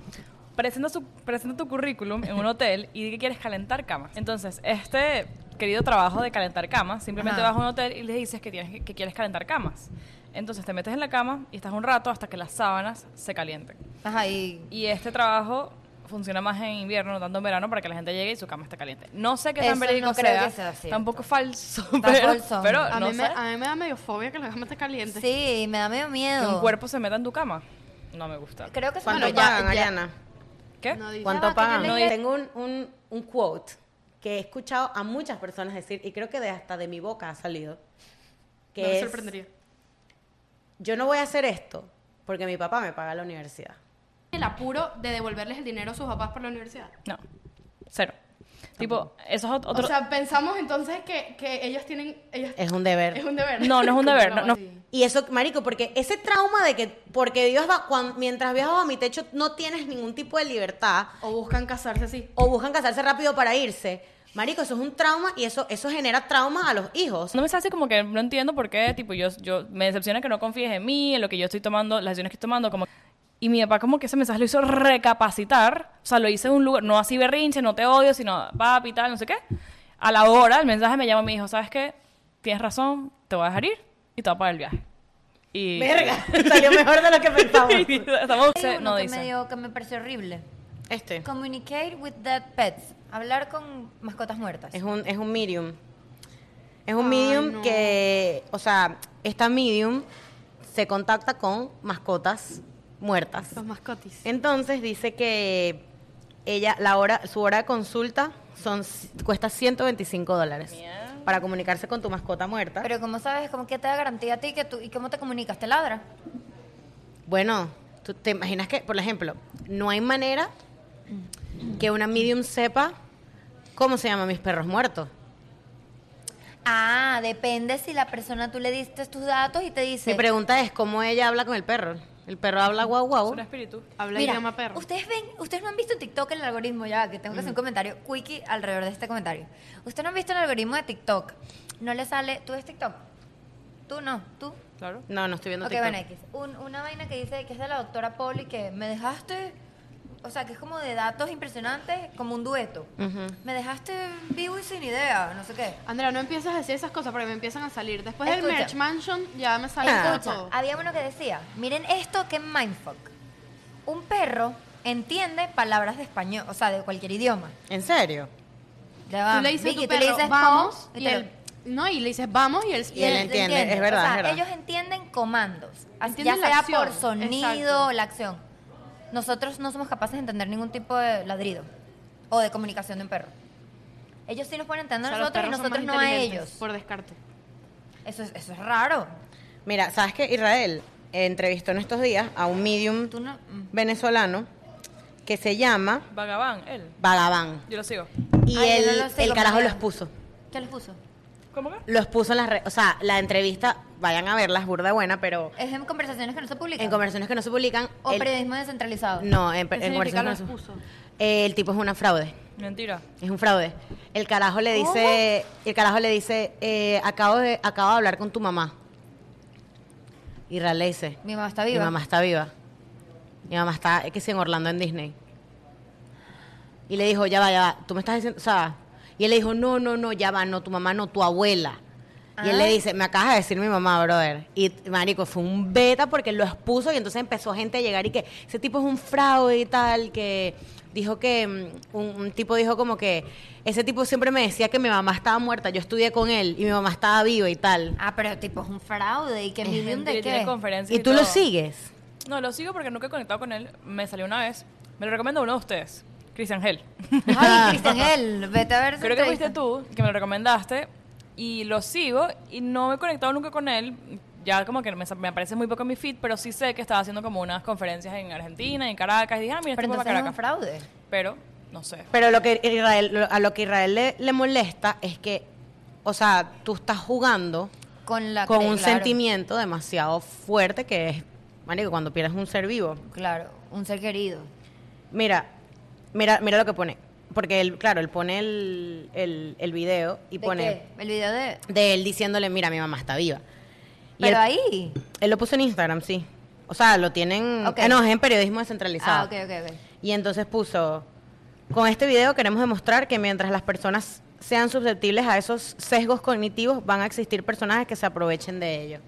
Presenta, su- presenta tu currículum en un hotel y di que quieres calentar camas. Entonces, este querido trabajo de calentar camas, simplemente
Ajá.
vas a un hotel y les dices que, tienes, que- que quieres calentar camas. Entonces te metes en la cama y estás un rato hasta que las sábanas se calienten.
Ajá, y
Y este trabajo funciona más en invierno, no tanto en verano, para que la gente llegue y su cama esté caliente. No sé qué tan
Eso
verídico
no creo
sea,
que sea cierto.
tampoco falso, pero,
falso.
pero
A,
no
mí me,
sé.
a mí me da medio fobia que la cama esté caliente.
sí, me da medio
que
miedo.
un cuerpo se meta en tu cama. No me gusta.
Creo que se
¿Cuánto
me-
pagan, Ariana?
¿Qué?
No dice.
¿Cuánto
Ya va, que yo
pagan?
leí-
Tengo un, un, un quote que he escuchado a muchas personas decir, y creo que de hasta de mi boca ha salido, que
no me
es,
sorprendería.
yo no voy a hacer esto porque mi papá me paga la universidad.
El apuro de devolverles el dinero a sus papás por la universidad.
No. Cero. Tipo, eso es ot- otro.
O sea, pensamos entonces que, que ellos tienen... Ellos,
Es un deber.
es un deber.
No, no es un deber,
Como
no, no.
sí.
Y eso, marico, porque ese trauma de que porque Dios va, cuan- mientras viajo a mi techo no tienes ningún tipo de libertad
O buscan casarse así.
o buscan casarse rápido para irse, marico, eso es un trauma y eso eso genera trauma a los hijos.
No me hace como que no entiendo por qué, tipo, yo, yo me decepciona que no confíes en mí, en lo que yo estoy tomando, las decisiones que estoy tomando, como... Y mi papá como que ese mensaje lo hizo recapacitar, o sea, lo hice en un lugar, no así berrinche, no te odio, sino papi, tal, no sé qué. A la hora, el mensaje me llama y me dijo, ¿sabes qué? Tienes razón, te voy a dejar ir y te voy a pagar el viaje. Y...
Verga, salió mejor de lo que pensamos.
Estamos-
Hay uno
no
que
dice.
me dio- que me pareció horrible.
Este
Communicate with dead pets. Hablar con mascotas muertas.
es un es un medium. Es un
Ay,
medium
no.
que, o sea, esta medium se contacta con mascotas muertas.
Los mascotis.
Entonces dice que ella, la hora, su hora de consulta son, cuesta 125 dólares para comunicarse con tu mascota muerta.
Pero como sabes, como que te da garantía a ti que tú y cómo te comunicas, te ladra.
bueno, tú te imaginas que, por ejemplo, no hay manera que una medium sepa cómo se llaman mis perros muertos.
Ah, depende si la persona tú le diste tus datos y te dice.
Mi pregunta es cómo ella habla con el perro. El perro habla guau
Es
guau.
un espíritu.
Habla
Mira,
y llama perro.
Ustedes ven, ustedes no han visto en TikTok el algoritmo ya, que tengo que hacer un comentario quickie alrededor de este comentario. Ustedes no han visto el algoritmo de TikTok. No le sale, tú ves TikTok. Tú no, tú.
Claro.
No, no estoy viendo
ok,
TikTok.
bueno, X. Un- una vaina que dice que es de la doctora Poli que me dejaste, o sea, que es como de datos impresionantes, como un dueto.
Mm.
Me dejaste vivo y sin idea, no sé qué.
Andrea, no empieces a decir esas cosas porque me empiezan a salir. Después del
Escucha.
Merch Mansion ya me sale
Ah.
Escucha,
todo.
había uno que decía, miren esto que mindfuck. Un perro entiende palabras de español, o sea, de cualquier idioma.
¿En serio?
Ya va.
Tú le dices a
ah, Vicky,
tu
tú le
perro,
dices,
vamos,
¿cómo?
y
te lo-
él... No, y le dices vamos y él...
Y él entiende, es verdad,
O
es
sea,
verdad.
ellos entienden comandos, así, ya
Entienden la
sea
acción,
por sonido,
exacto.
la acción. Nosotros no somos capaces de entender ningún tipo de ladrido o de comunicación de un perro. Ellos sí nos
O
pueden entender
sea,
a
los
nosotros y
perros son
nosotros
más
no a
inteligentes,
ellos.
Por descarte.
Eso, es, eso es raro.
Mira, ¿sabes qué? Israel eh, entrevistó en estos días a un medium
Tú no- mm.
venezolano que se llama
Vagabán, él.
Vagabán.
Yo lo sigo.
Y
Ay, yo
él,
no lo sigo,
el carajo
María.
los puso.
¿Qué les puso?
¿Cómo que?
Los puso en las redes. O sea, la entrevista, vayan a verla, es burda buena, pero
Es en conversaciones que no se publican.
en conversaciones que no se publican.
o
él-
periodismo descentralizado.
no, en,
¿Qué
en
significa
conversaciones
los
que no se-
puso?
Eh, El tipo es una fraude.
Mentira.
Es un fraude. El carajo le dice, el carajo le dice, eh, acabo de, acabo de hablar con tu mamá. Israel le dice,
Mi mamá está viva.
Mi mamá está viva. Mi mamá está, es que sí, en Orlando, en Disney. Y le dijo, ya va, ya va, tú me estás diciendo, o sea, y él le dijo, no, no, no, ya va, no, tu mamá no, tu abuela. Y él
Ah.
le dice, me acabas de decir mi mamá, brother. Y marico, fue un beta porque lo expuso y entonces empezó gente a llegar y que ese tipo es un fraude y tal, que dijo que, mm, un, un tipo dijo como que, ese tipo siempre me decía que mi mamá estaba muerta, yo estudié con él y mi mamá estaba viva y tal.
Ah, pero tipo es un fraude y que millón de
Mentira,
qué.
tiene conferencias
Y tú
todo.
lo sigues.
No, lo sigo porque nunca he conectado con él. Me salió una vez. Me lo recomiendo uno de ustedes. Cristian Gel.
Ay, Cristian, él, vete a ver esa
Creo que fuiste
entrevista.
tú que me lo recomendaste. Y lo sigo y no me he conectado nunca con él. Ya como que me, me aparece muy poco en mi feed, pero sí sé que estaba haciendo como unas conferencias en Argentina, en Caracas. Y dije, ah, mira,
Pero
esto va a
entonces es un
Caracas.
fraude.
Pero, no sé.
Pero lo que Israel, lo- a lo que Israel le, le molesta es que, o sea, tú estás jugando
Con, la
con
cre-
un
claro,
sentimiento demasiado fuerte que es, marico, cuando pierdes un ser vivo.
Claro, un ser querido.
Mira, mira, mira lo que pone. porque él, claro, él pone el, el, el video y
¿De
pone
qué? El video de...
de él diciéndole, mira, mi mamá está viva. Y
Pero
él-
ahí...
Él lo puso en Instagram, sí. O sea, lo tienen.
Ok.
ah, no, es en periodismo descentralizado.
Ah, ok, ok, ok.
Y entonces puso: Con este video queremos demostrar que mientras las personas sean susceptibles a esos sesgos cognitivos, van a existir personajes que se aprovechen de ello.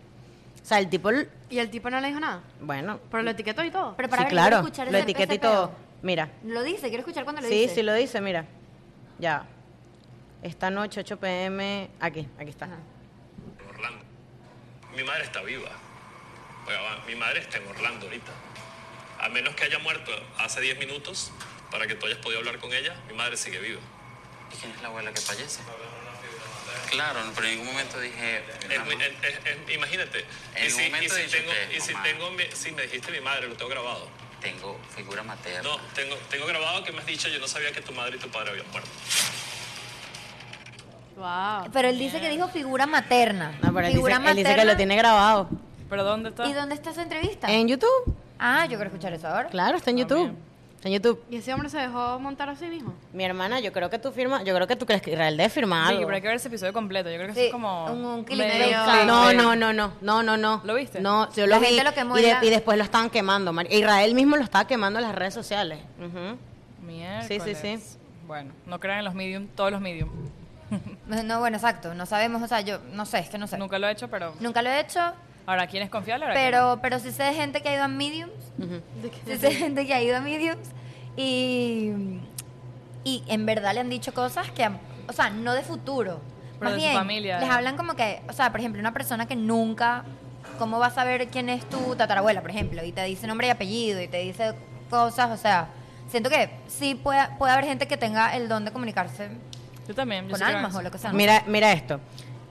O sea, el tipo, l-
Y el tipo no le dijo nada.
bueno,
Pero lo etiquetó y todo.
Pero para
sí,
ver, quiero
claro,
escuchar
lo
ese-
etiqueta y
ese peo.
todo. Mira,
Lo dice, quiero escuchar cuando lo
sí,
dice.
sí lo dice, mira. Ya. Esta noche, 8 pm, aquí, aquí está.
Orlando. Mi madre está viva. Oiga, va, mi madre está en Orlando ahorita. A menos que haya muerto hace 10 minutos para que tú hayas podido hablar con ella, mi madre sigue viva.
¿Y quién es la abuela que fallece? Claro, pero en ningún momento dije.
Es muy-
mamá.
es- es- es- imagínate.
En
y
el
si, y
momento
si
dice
tengo,
usted,
y si
mamá.
tengo mi- sí, me dijiste mi madre, lo tengo grabado.
Tengo figura materna.
No, tengo, tengo grabado que me has dicho, yo no sabía que tu madre y tu padre habían muerto.
Wow.
Pero él dice que dijo figura materna.
No, pero él dice,
figura
él dice que lo tiene grabado.
¿Pero dónde está?
¿Y dónde está esa entrevista?
¿En YouTube?
Ah, yo quiero escuchar eso ahora.
Claro, está en YouTube. Está en YouTube.
¿Y ese hombre se dejó montar a sí mismo?
Mi hermana, yo creo que tú firma, yo creo que tú crees que Israel debe firmar
Sí,
algo.
pero hay que ver ese episodio completo. Yo creo que
Sí,
eso es como.
un- un clickbait.
medio
No,
clickbait.
no, no, no, no, no, no, no.
¿Lo viste?
No, yo
La
lo vi
gente lo quemó
y, de-
ya.
y después lo estaban quemando. mar- Israel mismo lo estaba quemando en las redes sociales. Ujú.
Miércoles.
Sí, sí, sí.
Bueno, no crean en los medium, todos los medium.
No, bueno, exacto. No sabemos, o sea, yo no sé, es que no sé.
Nunca lo he hecho, pero.
Nunca lo he hecho,
Ahora, ¿quién es confiable? Ahora, ¿quién no?
pero, pero sí sé de gente que ha ido a mediums. Sí sé de gente que ha ido a mediums. Y, y en verdad le han dicho cosas que, han- o sea, no de futuro.
Pero
más
de su
bien,
familia. eh.
Les hablan como que, o sea, por ejemplo, una persona que nunca, ¿cómo va a saber quién es tu tatarabuela, por ejemplo? Y te dice nombre y apellido y te dice cosas, o sea, siento que sí puede, puede haber gente que tenga el don de comunicarse
Yo también. yo
con
sí creo en
almas
eso.
o lo que sea. no
Mira, mira esto.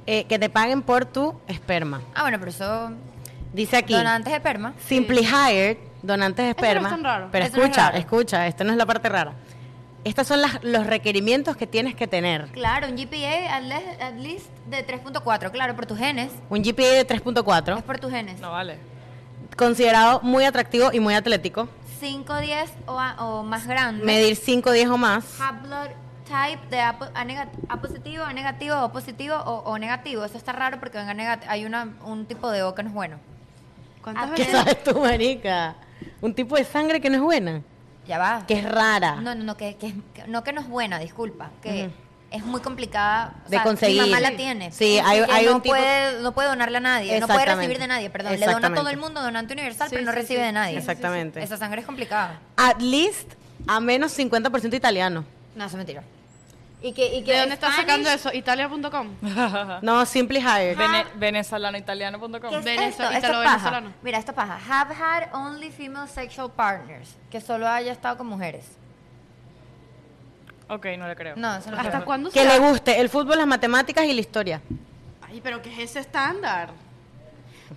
Eh, que te paguen por tu esperma.
Ah, bueno, pero eso.
Dice aquí.
Donantes de perma.
Simply Hired, donantes de
Eso no es
esperma.
tan raro.
Pero
Eso no es
escucha,
raro.
escucha, esta no es la parte rara. Estos son las- los requerimientos que tienes que tener.
Claro, un GPA at least, at least de 3.4, claro, por tus genes.
Un GPA de 3.4,
Es por tus genes.
No vale.
considerado muy atractivo y muy atlético.
5, 10 o, a- o más grande.
Medir 5, 10 o más.
Haplotype de A, po- a nega- A positivo, A negativo, O positivo o, o negativo. Eso está raro porque venga nega- hay una, un tipo de O que no es bueno.
¿Cuántas
Ah,
¿Qué
veces?
sabes tú, marica? Un tipo de sangre que no es buena,
Ya va.
que es rara.
No, no, no, que, que, que- no que no es buena, disculpa. Que es muy complicada. o
De
sea,
conseguir.
Mi mamá la tiene.
Sí, hay-
Ella
hay
no
un tipo-
Puede, no puede donarle a nadie. No puede
Exactamente.
recibir de nadie, perdón. Le dona a todo
Exactamente.
el mundo, donante universal,
Sí,
pero no
sí,
recibe
sí.
de nadie.
Exactamente.
Esa sangre es complicada.
At least a menos 50% italiano.
No, eso es mentira. ¿Y que, y que
¿De dónde estás
Spanish-
sacando eso? Italia.com.
No, Simply Hired.
Vene- Venezolanoitaliano.com.
Ah. ¿Qué es
Venezol-
esto?
ítalo
Esto es paja.
venezolano.
Mira, esto es paja. Have had only female sexual partners. Que solo haya estado con mujeres.
Ok, no le creo.
No, eso no
¿Hasta
creo.
cuándo
Que
se
le
da?
guste el fútbol, las matemáticas y la historia.
Ay, pero ¿qué es ese estándar?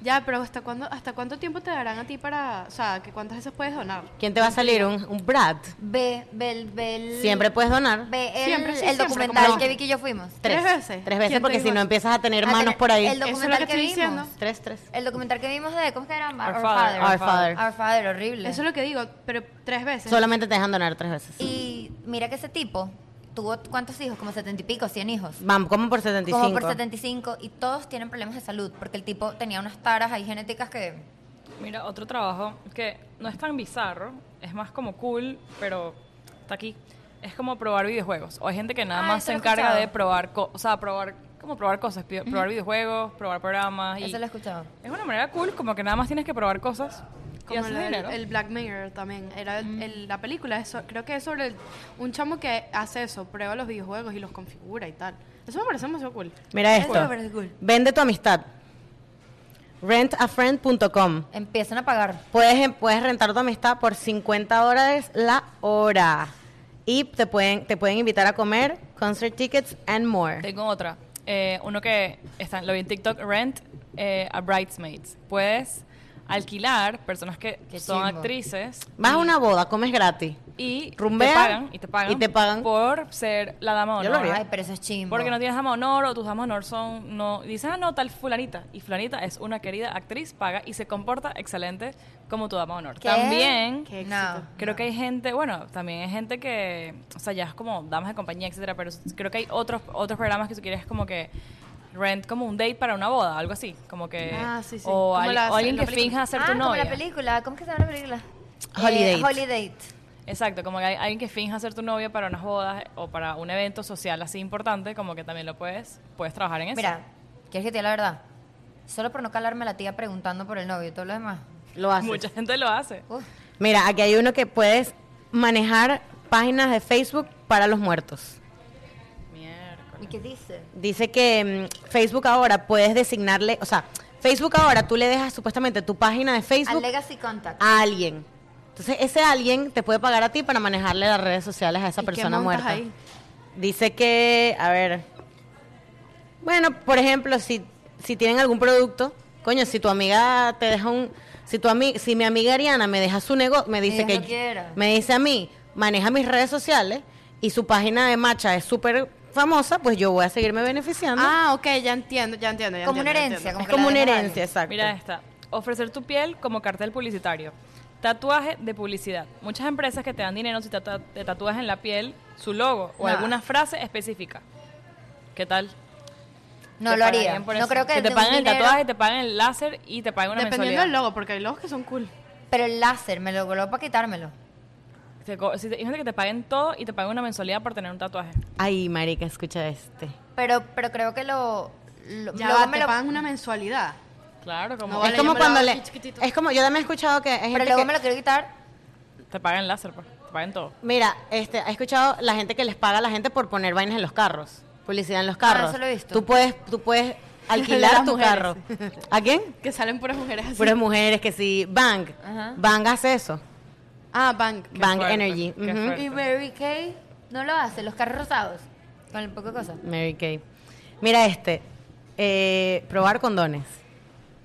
Ya, pero ¿hasta cuándo, hasta cuánto tiempo te darán a ti para, o sea, que cuántas veces puedes donar?
¿Quién te va a salir? Un, un Brad.
Ve, ve, ve. el-
Siempre puedes donar.
Ve el,
Siempre, sí,
el
siempre,
documental
como no.
que Vicky y yo fuimos.
¿Tres veces?
Tres veces,
¿Quién te
porque
dijo
si no
eso?
empiezas a tener
A
hermanos
tener-
por ahí.
Ah, El
Eso es lo
documental
que
que,
estoy
vimos.
diciendo.
Tres, tres.
El documental que vimos de. ¿Cómo es que era? Our,
Our
Father.
Father.
Our Father.
Our Father, horrible.
Eso es lo que digo, pero tres veces.
Solamente te dejan donar tres veces.
Y mira que ese tipo tuvo cuántos hijos, como setenta y pico, cien hijos.
Van, como por 75.
Como por 75 y todos tienen problemas de salud porque el tipo tenía unas taras ahí genéticas que
Mira, otro trabajo que no es tan bizarro, es más como cool, pero está aquí. Es como probar videojuegos. O hay gente que nada
Ah,
más
eso
se
lo he
encarga
escuchado.
de probar, co- o sea, probar, como probar cosas, pi- probar videojuegos, probar programas. Y
eso lo he escuchado.
es una manera cool, como que nada más tienes que probar cosas. y
Como
haces
el,
dinero.
el Black Mirror también. Era el-
Mm.
el- la película, eso, creo que es sobre el- un chamo que hace eso, prueba los videojuegos y los configura y tal. Eso me parece demasiado cool.
Mira
Eso me
esto.
parece cool.
Vende tu amistad. Rentafriend.com.
Empiezan a pagar.
Puedes, em, puedes rentar tu amistad por 50 dólares la hora. Y te pueden, te pueden invitar a comer, concert tickets and more.
Tengo otra. Eh, uno que está, lo vi en TikTok, Rent eh, a Bridesmaids. Puedes alquilar personas que
Qué
son
chimbo.
actrices.
Vas a
y-
una boda, comes gratis.
y
Rumbea,
te pagan y te pagan
y te pagan.
por ser la dama de
Yo
honor.
lo haría.
Ay, pero eso es chimbo.
Porque no tienes dama de honor o tus damas de honor son no dices ah no tal fulanita y fulanita es una querida actriz paga y se comporta excelente como tu dama de honor.
¿Qué?
También
Qué
No.
éxito.
Creo que hay gente, bueno, también hay gente que, o sea, ya es como damas de compañía, etcétera, pero creo que hay otros otros programas que tú quieres como que rent como un date para una boda, algo así, como que
Ah, sí, sí.
o,
Como
al-
la-
o alguien
la
que
película.
finja ser
ah,
tu
como
novia.
la película. ¿Cómo que se llama la película?
Holiday.
Eh, Holiday.
Exacto, como que hay alguien que finja ser tu novia para unas bodas o para un evento social así importante, como que también lo puedes puedes trabajar en eso.
Mira, ¿quieres que te diga la verdad? Solo por no calarme la tía preguntando por el novio y todo lo demás.
Lo haces.
mucha gente lo hace.
Uf.
Mira, aquí hay uno que puedes manejar páginas de Facebook para los muertos.
¿Y qué dice?
Dice que mm, Facebook ahora puedes designarle, o sea, Facebook ahora tú le dejas supuestamente tu página de
Al
Facebook
Legacy Contact.
a alguien. Entonces, ese alguien te puede pagar a ti para manejarle las redes sociales a esa
¿Y qué
persona
montas
muerta.
ahí?
Dice que, a ver. Bueno, por ejemplo, si, si tienen algún producto, coño, si tu amiga te deja un si tu ami- si mi amiga Ariana me deja su negocio, me dice
Ella
que
no quiera.
me dice a mí, maneja mis redes sociales y su página de macha es súper famosa, pues yo voy a seguirme beneficiando.
Ah, ok, ya entiendo, ya entiendo. ya
Como
entiendo, ya
una herencia,
entiendo.
es
que
como
la
una
dejan a
herencia,
alguien.
exacto.
Mira esta. Ofrecer tu piel como cartel publicitario. Tatuaje de publicidad. Muchas empresas que te dan dinero si te, ta- te tatúas en la piel su logo o
No.
alguna frase específica. ¿Qué tal?
No
Te
lo
pagarían
haría.
por
No
eso.
creo que,
te
de un
paguen el
dinero-
tatuaje, te paguen el láser y te paguen una
Dependiendo
mensualidad.
del logo, porque hay logos que son cool.
Pero el láser, me lo voló para quitármelo.
Te co- si te- imagínate que te paguen todo y te paguen una mensualidad por tener un tatuaje.
Ay, marica, escucha este.
Pero, pero creo que lo. lo-
Ya
luego
va,
me
te
lo-
pagan una mensualidad.
Claro, como
No
es
vale.
como
yo me lo
cuando
hago
le
aquí chiquitito.
es como yo también he escuchado que hay gente
Pero luego
que-
me lo quiero quitar.
te paguen láser, pues. Te paguen todo.
Mira, este, he escuchado la gente que les paga a la gente por poner vainas en los carros, publicidad en los carros.
Ah, eso lo he visto.
Tú puedes, tú puedes alquilar
Las
tu
mujeres.
carro. ¿A quién?
Que salen puras mujeres así.
Puras mujeres que sí, Bang,
Ajá.
Bang hace eso,
Ah, bank.
Qué
Bang
fuerte,
Energy,
qué
ujú.
fuerte.
Y Mary Kay no lo hace, los carros rosados. Con el poco cosa.
Mary Kay. Mira este, eh, probar condones,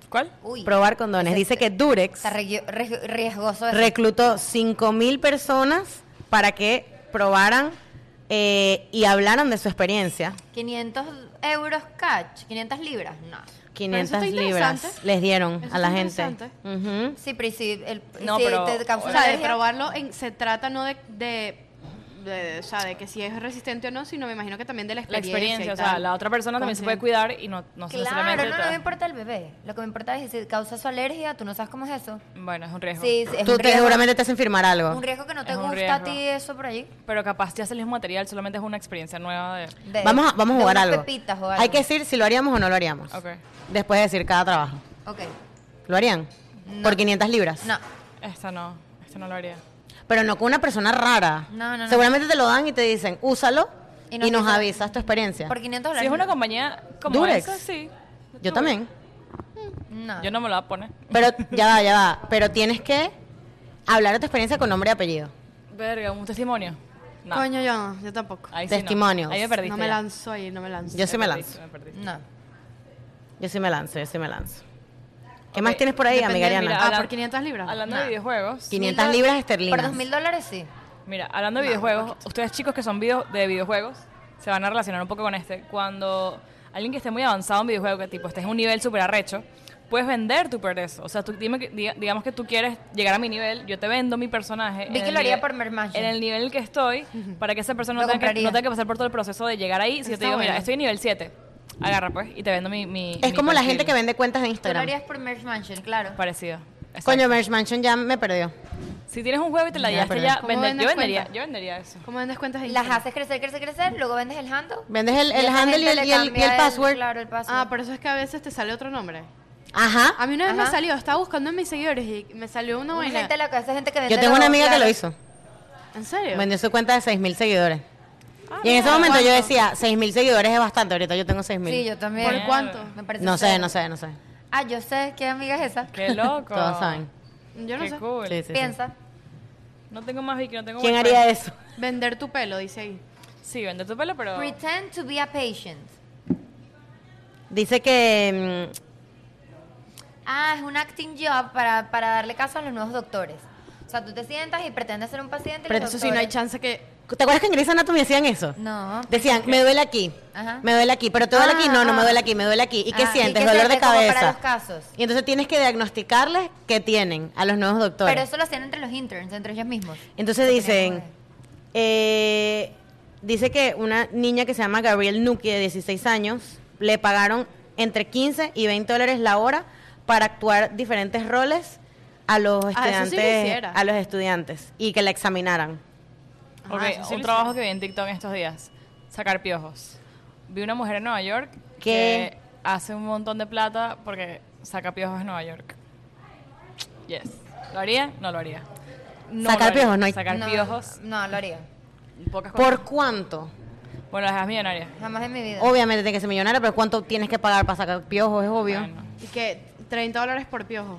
¿Cuál?
Uy.
probar condones.
ese-
Dice que Durex
Está regio- regio- riesgoso eso.
reclutó 5.000 personas para que probaran eh, y hablaran de su experiencia.
500 euros catch, 500 libras. No.
Pero
500
eso está
libras
interesante.
les dieron
Eso
a la
está
gente.
interesante.
Ujú.
Sí, pero y si, el,
No,
si
pero-
te causa
O
una
sea, de
alergia,
probarlo en- se trata no de, de- de- o sea, de que si es resistente o no, sino me imagino que también de la
La
experiencia.
experiencia,
y
o sea,
tal.
la otra persona también se puede
Consciente.
cuidar y no, no
Claro,
necesariamente
no,
te-
no me importa el bebé. Lo que me importa es si causa su alergia, tú no sabes cómo es eso.
Bueno, es un riesgo.
Sí, sí, es
Tú
un
te-
riesgo,
seguramente te hacen firmar algo.
un riesgo que no te
Es un
gusta a
riesgo.
ti eso por allí.
Pero capaz ya es el mismo material, solamente es una experiencia nueva de...
De-
vamos a, vamos a
de
jugar
unas
algo.
pepitas o
Hay
algo.
que decir si lo haríamos o no lo haríamos.
Ok.
Después de decir cada trabajo.
Ok.
¿Lo harían?
No.
Por 500 libras.
No.
Esta no, esta no lo haría.
Pero no con una persona rara.
No, no, no.
Seguramente te lo dan y te dicen, úsalo y
Y
nos,
nos dicen-
avisas tu experiencia.
Por 500 dólares.
Si es una compañía como
Durex.
esa, sí.
Yo también.
No.
Yo no me la voy a poner.
Pero ya va, ya va. Pero tienes que hablar de tu experiencia con nombre y apellido.
Verga, un testimonio. No.
Coño, yo, no, yo tampoco.
Ahí sí no.
Testimonios.
Ahí me perdiste.
no me
ya.
lanzo ahí, no me lanzo.
Yo sí me
perdiste,
lanzo.
me perdiste.
No. Mm,
Yo sí me lanzo, yo sí me lanzo. ¿Qué
Ok,
más tienes por ahí,
depende,
amiga Ariana?
mira,
hablan-
Ah, por 500 libras.
Hablando de
No.
videojuegos.
500
Mil
libras
dólares-
esterlinas.
Por 2 mil dólares sí.
Mira, hablando de videojuegos, ustedes chicos que son video- de videojuegos, se van a relacionar un poco con este. Cuando alguien que esté muy avanzado en videojuegos, que tipo estés en un nivel súper arrecho, puedes vender tu progreso. O sea, tú, dime que- diga- digamos que tú quieres llegar a mi nivel, yo te vendo mi personaje.
Vi
en
que
el
lo haría
nivel-
por Mermagion.
En el nivel en el que estoy, para que esa persona no
Lo
tenga, que, no
compraría.
tenga que pasar por todo el proceso de llegar ahí. Si yo te
Está
digo, mira,
bueno.
estoy en nivel 7, agarra pues y te vendo mi. mi
Es
mi
como la
perfil.
gente que vende cuentas de
Tú lo
Instagram.
harías por Merge Mansion, claro.
Parecido. Exacto.
Coño, Merch Mansion ya me perdió.
si tienes un juego y te la
Ya,
llevaste
pero-
ya,
¿Cómo
vende- yo
vendes
vendería,
cuenta?
yo vendería eso.
¿Cómo vendes cuentas de
Las
Instagram?
haces crecer, crecer, crecer, luego vendes el handle.
Vendes el,
Y
el
esa
handle y
gente
el,
le
y el- y
cambia
el password.
claro, el password.
Ah, por eso es que a veces te sale otro nombre.
Ajá.
A mí una vez me
Ajá.
salió, estaba buscando en mis seguidores y me salió una
Una
vaina.
gente loca, esa gente que vende
Yo tengo
los-
una amiga que
claro.
lo hizo.
¿En serio?
Vendió su cuenta de 6.000 seguidores.
Ah,
y en ese
mira,
momento yo
¿cuánto?
decía, 6.000 seguidores es bastante. Ahorita yo tengo 6.000.
Sí, yo también.
¿Por cuánto?
Me parece
No sé,
cero.
no sé, no sé.
Ah, yo sé qué amiga es esa.
Qué loco.
Todos saben.
Yo no
Qué
sé.
cool.
Sí, sí, sí.
Piensa.
No tengo más Vicky, no tengo
¿Quién
más
haría
friends.
eso?
Vender tu pelo, dice ahí.
Sí, vende tu pelo, pero.
Pretend to be a patient.
Dice que... mm,
Ah, es un acting job para, para darle caso a los nuevos doctores. O sea, tú te sientas y pretendes ser un paciente. y
Pero
los
eso sí, no hay
doctores-
chance que.
¿Te acuerdas que en Grey's Anatomy decían eso?
No.
Decían, me duele aquí,
Ajá.
me duele aquí, pero te duele
Ah,
aquí, no, no me
ah.
duele aquí, me duele aquí. ¿Y qué
Ah, ¿y
sientes?
qué
Dolor de
sientes? Como
cabeza.
para los casos.
Y entonces tienes que diagnosticarles qué tienen a los nuevos doctores.
Pero eso lo hacían entre los interns, entre ellos mismos.
Entonces
Lo
dicen,
tenían
eh, dice que una niña que se llama Gabriel Nuki, de 16 años, le pagaron entre 15 y 20 dólares la hora para actuar diferentes roles a los
Ah, eso sí lo
estudiantes,
hiciera.
a los estudiantes y que la examinaran.
Ajá,
Ok,
eso sí
un
lo
trabajo
hicieron.
que vi en TikTok en estos días. Sacar piojos. Vi una mujer en Nueva York
¿Qué?
que hace un montón de plata porque saca piojos en Nueva York. Yes. ¿Lo haría? No lo haría. No
Sacar
lo haría.
piojos, no hay-
Sacar
como-
piojos.
No, no, lo haría.
Pocas
¿Por
cosas.
cuánto?
Bueno, las dejas millonarias.
Jamás en mi vida.
Obviamente tiene que ser millonaria, pero ¿cuánto tienes que pagar para sacar piojos? Es obvio.
Bueno,
Y que 30 dólares por piojo.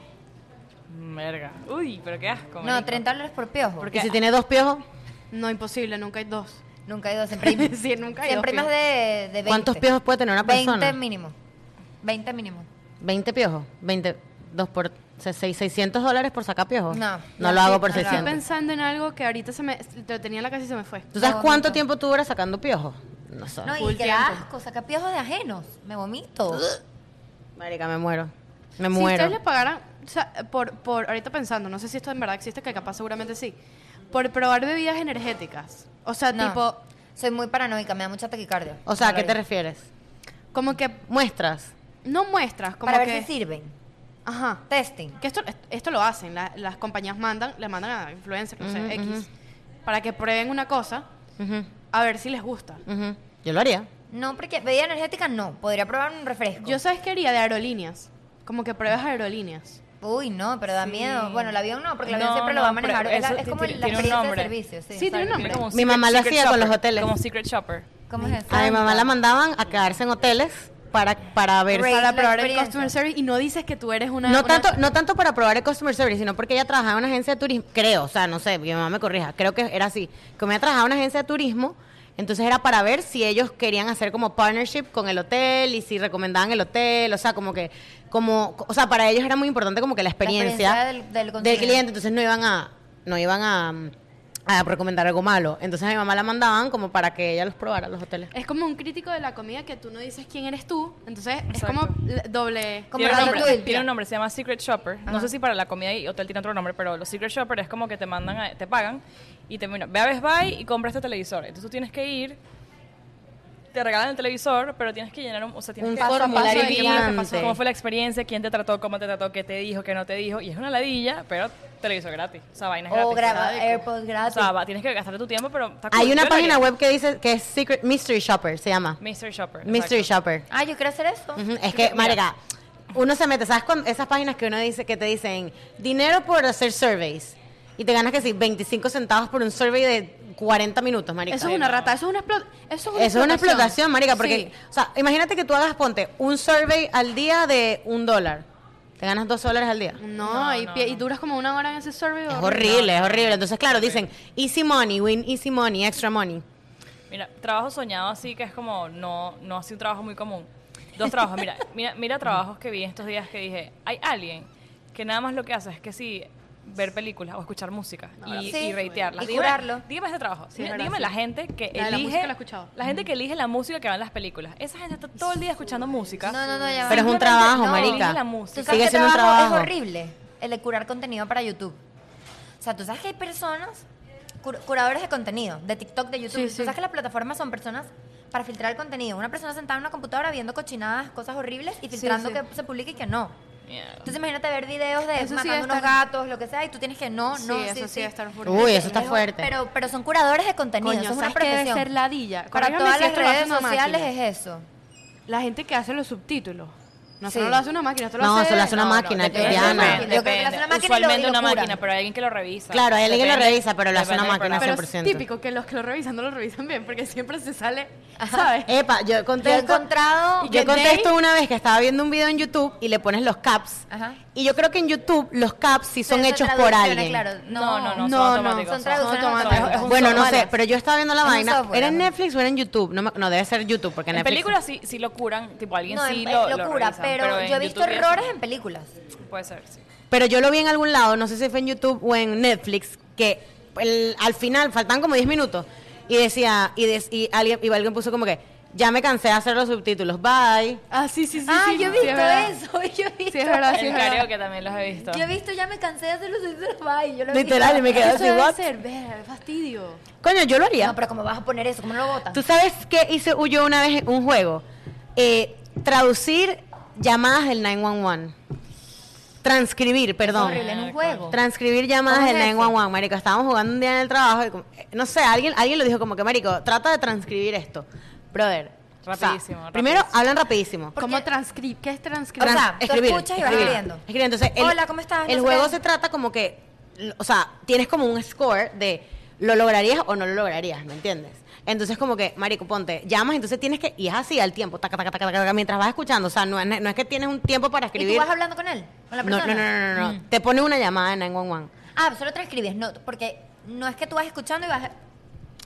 verga. Uy, pero qué asco.
no,
marico.
30 dólares por piojo.
Porque-
¿Y si tiene dos piojos?
No, imposible, nunca hay dos.
Nunca he ido, siempre hay,
Sí, nunca hay
siempre hay
dos
más de, de 20.
¿Cuántos piojos puede tener una
20
persona?
mínimo. 20 mínimo.
20 piojos. 20, dos por, o sea, seis- 600 dólares por sacar piojos.
No.
No lo hago por
No lo hago.
Estoy
600.
pensando en algo que ahorita se me. Lo tenía en la casa y se me fue.
¿Tú sabes
No,
cuánto
bonito.
tiempo tú duras sacando piojos? No sé.
No,
Full
y que
tiempo.
da asco, saca piojos de ajenos. Me vomito.
Marica, me muero. Me
Si
muero.
ustedes le pagaran, o sea, por, por, ahorita pensando, no sé si esto en verdad existe, que capaz seguramente sí, por probar bebidas energéticas. O sea,
No.
tipo,
Soy muy paranoica, me da mucha taquicardia.
O sea, ¿a
No
qué
lo
te
haría.
refieres?
como que
Muestras.
no muestras, como
Para
que...
ver si sirven.
Ajá.
Testing.
Que esto, esto lo hacen, la- las compañías mandan, le mandan a influencers, no sé,
Ujú,
X, para que prueben una cosa,
Ujú,
a ver si les gusta.
ujú. Yo lo haría.
No, porque bebida energética no. Podría probar un refresco.
Yo sabes que haría de aerolíneas, como que pruebas aerolíneas.
Uy, no, pero da
Sí.
miedo. Bueno, el avión no, porque el avión
No,
siempre lo
no,
va a manejar.
pero
Es, la-
eso
es como la
tiene- tiene un
experiencia de
nombre.
servicio. Sí.
Sí, tiene un nombre.
Como
Mi
secret-
mamá lo
secret
hacía con los
shopper,
hoteles.
Como secret shopper.
¿Cómo es eso?
A mi mamá la mandaban a quedarse en hoteles para, para ver.
Great.
Para
la
probar el
experiencia.
customer service y no dices que tú eres una...
No
una-
tanto, no tanto para probar el customer service, sino porque ella trabajaba en una agencia de turismo. Creo, o sea, no sé, mi mamá me corrija. Creo que era así. Como ella trabajaba en una agencia de turismo, entonces era para ver si ellos querían hacer como partnership con el hotel y si recomendaban el hotel, o sea, como que, como, o sea, para ellos era muy importante como que la experiencia,
experiencia del- del consumidor.
cliente, entonces no iban a, no iban a, a recomendar algo malo. Entonces a mi mamá la mandaban como para que ella los probara los hoteles.
Es como un crítico de la comida que tú no dices quién eres tú, entonces es
Exacto.
como l- doble...
Como
tiene, un
Ratatouille,
nombre,
mira.
tiene un nombre, se llama Secret Shopper. No
Ajá.
sé si para la comida y hotel tiene otro nombre, pero los Secret Shopper es como que te mandan, a- te pagan y te mira, ve a Best Buy y compra este televisor. Entonces tú tienes que ir, te regalan el televisor, pero tienes que llenar un, o sea, tienes
Un
que
formulario
de qué fue lo que pasó,
gigante.
cómo fue la experiencia, quién te trató, cómo te trató, qué te dijo, qué no te dijo. Y es una ladilla, pero televisor gratis. O sea, vainas
O
gratis.
graba AirPods
O
gratis.
sea, va- tienes que gastar tu tiempo, pero está
Hay
cool.
una
Yo lo
página
haría.
web que dice que es Secret Mystery Shopper, se llama.
Mystery Shopper.
Mystery
exacto.
Shopper.
Ah, yo quiero hacer eso.
Ujú, Es que,
Mira.
marica, uno se mete, ¿sabes? cuando- esas páginas que uno dice, que te dicen, dinero por hacer surveys. Y te ganas que sí, 25 centavos por un survey de 40 minutos, marica.
Eso es una rata, eso es una, explo- eso es una
Eso es una explotación, marica,
Sí.
porque, o sea, imagínate que tú hagas, ponte, un survey al día de un dólar. Te ganas dos dólares al día.
No,
No,
y,
no,
pie-
no.
y duras como una hora en ese survey.
Es horrible, es horrible. Entonces, claro, dicen, easy money, win easy money, extra money.
Mira, trabajo soñado así que es como no, no así un trabajo muy común. Dos trabajos, mira, mira, mira trabajos que vi estos días que dije, hay alguien que nada más lo que hace es que sí ver películas o escuchar música y,
Sí.
y ratearla.
Y curarlo.
Dígame este trabajo.
Sí, es
dígame
verdad,
dígame
sí.
la gente que
La de la
elige
música la he escuchado.
la gente que elige la música que va en las películas. Esa gente está todo el día escuchando música.
No, no, no, ya va.
Pero es un
Simplemente
trabajo,
no,
marica.
elige la
¿Tú
música.
sabes
Sigue
qué
siendo un
trabajo
trabajo.
Es horrible el de curar contenido para YouTube. O sea, tú sabes que hay personas, cur- curadores de contenido, de TikTok, de YouTube.
Sí, sí.
tú sabes que las plataformas son personas para filtrar el contenido. Una persona sentada en una computadora viendo cochinadas, cosas horribles y filtrando
sí.
que se publica y que no.
Mierda.
Entonces imagínate ver videos de
Eso sí
matando
debe
unos
estar-
gatos, lo que sea, y tú tienes que no,
Sí,
no,
eso sí debe estar fuerte.
Uy, eso está
Pero-
fuerte.
Pero, pero son curadores de contenido,
Coño,
eso es una
¿sabes qué debe
profesión.
ser ladilla?
Para
Corrígame
todas
si
las
esto lo hace
redes
una
sociales
máquina.
es eso.
La gente que hace los subtítulos. No, eso
Sí.
no lo hace una máquina, esto lo
No,
hace...
eso lo hace una
no, no,
máquina,
depende.
Diana.
Yo creo que lo hace una máquina y lo-
Usualmente
y lo
una
cura.
máquina, pero hay alguien que lo revisa.
Claro, hay alguien que lo
Depende-
revisa, pero lo hace
depende
una
del
máquina,
programa.
Pero es
100%.
típico que los que lo revisan no lo revisan bien, porque siempre se sale, ¿sabes?
Epa, yo
Yo he
contesto.
encontrado...
Yo
Que
contesto una vez que estaba viendo un video en YouTube y le pones los caps.
Ajá.
Y yo creo que en YouTube los caps sí son
Son
hechos por
traducciones,
alguien.
claro.
No, no,
No,
no, son
no,
automáticos,
son
son-
traducciones
son-
automáticas.
es un
Bueno, no
software.
sé, pero yo estaba viendo la
Es un
vaina.
software,
¿Era en
ajá.
Netflix o era en YouTube? No, me- no, debe ser YouTube porque en
En
Netflix.
películas sí, sí lo curan, tipo alguien
No,
sí
en-
lo,
es
lo
locura,
revisan,
pero,
en
yo he visto
YouTube y eso
errores en películas.
Puede ser, sí.
Pero yo lo vi en algún lado, no sé si fue en YouTube o en Netflix, que el- al final faltan como 10 minutos y decía, y, des- y alguien, y alguien puso como que, ya me cansé de hacer los subtítulos, bye.
Ah, sí, sí, sí.
ah,
sí,
yo he
sí, es
visto
verdad.
eso, yo he visto.
Sí, es verdad, sí,
El
es verdad.
karaoke también los he visto.
Yo he visto, ya me cansé de hacer los subtítulos, bye. Yo lo he
Literal,
visto.
y me quedé
Eso
así,
debe
what?
ser, ver, fastidio.
Coño, yo lo haría.
No, pero ¿cómo vas a poner eso? ¿Cómo no lo botas?
¿Tú sabes qué hice yo una vez en un juego? Eh, traducir llamadas del 911. Transcribir, perdón.
horrible en un juego.
Transcribir llamadas
¿Cómo
del
es eso?
911, marico. Estábamos jugando un día en el trabajo y como- eh, no sé, alguien, alguien lo dijo como que, marico, trata de transcribir esto. Brother. o sea,
Rapidísimo,
Primero,
rapidísimo.
hablan rapidísimo.
¿Cómo transcribir? ¿Qué es transcribir?
Trans-
sea, tú escuchas y vas escribiendo.
Escribir. Entonces, el,
Hola, ¿cómo estás? No
El
sé
juego
qué.
se trata como que, l- o sea, tienes como un score de lo lograrías o no lo lograrías, ¿me entiendes? Entonces, como que, marico, ponte, llamas, entonces tienes que, y es así al tiempo, taca, taca, taca, taca, taca, mientras vas escuchando, o sea, no es, no es que tienes un tiempo para
¿Y tú
escribir.
vas hablando con él? ¿Con la
no, no,
persona? Mm.
no, no, no, no. te pone una llamada en 911.
Ah, solo transcribes, no, porque no es que tú vas escuchando y vas,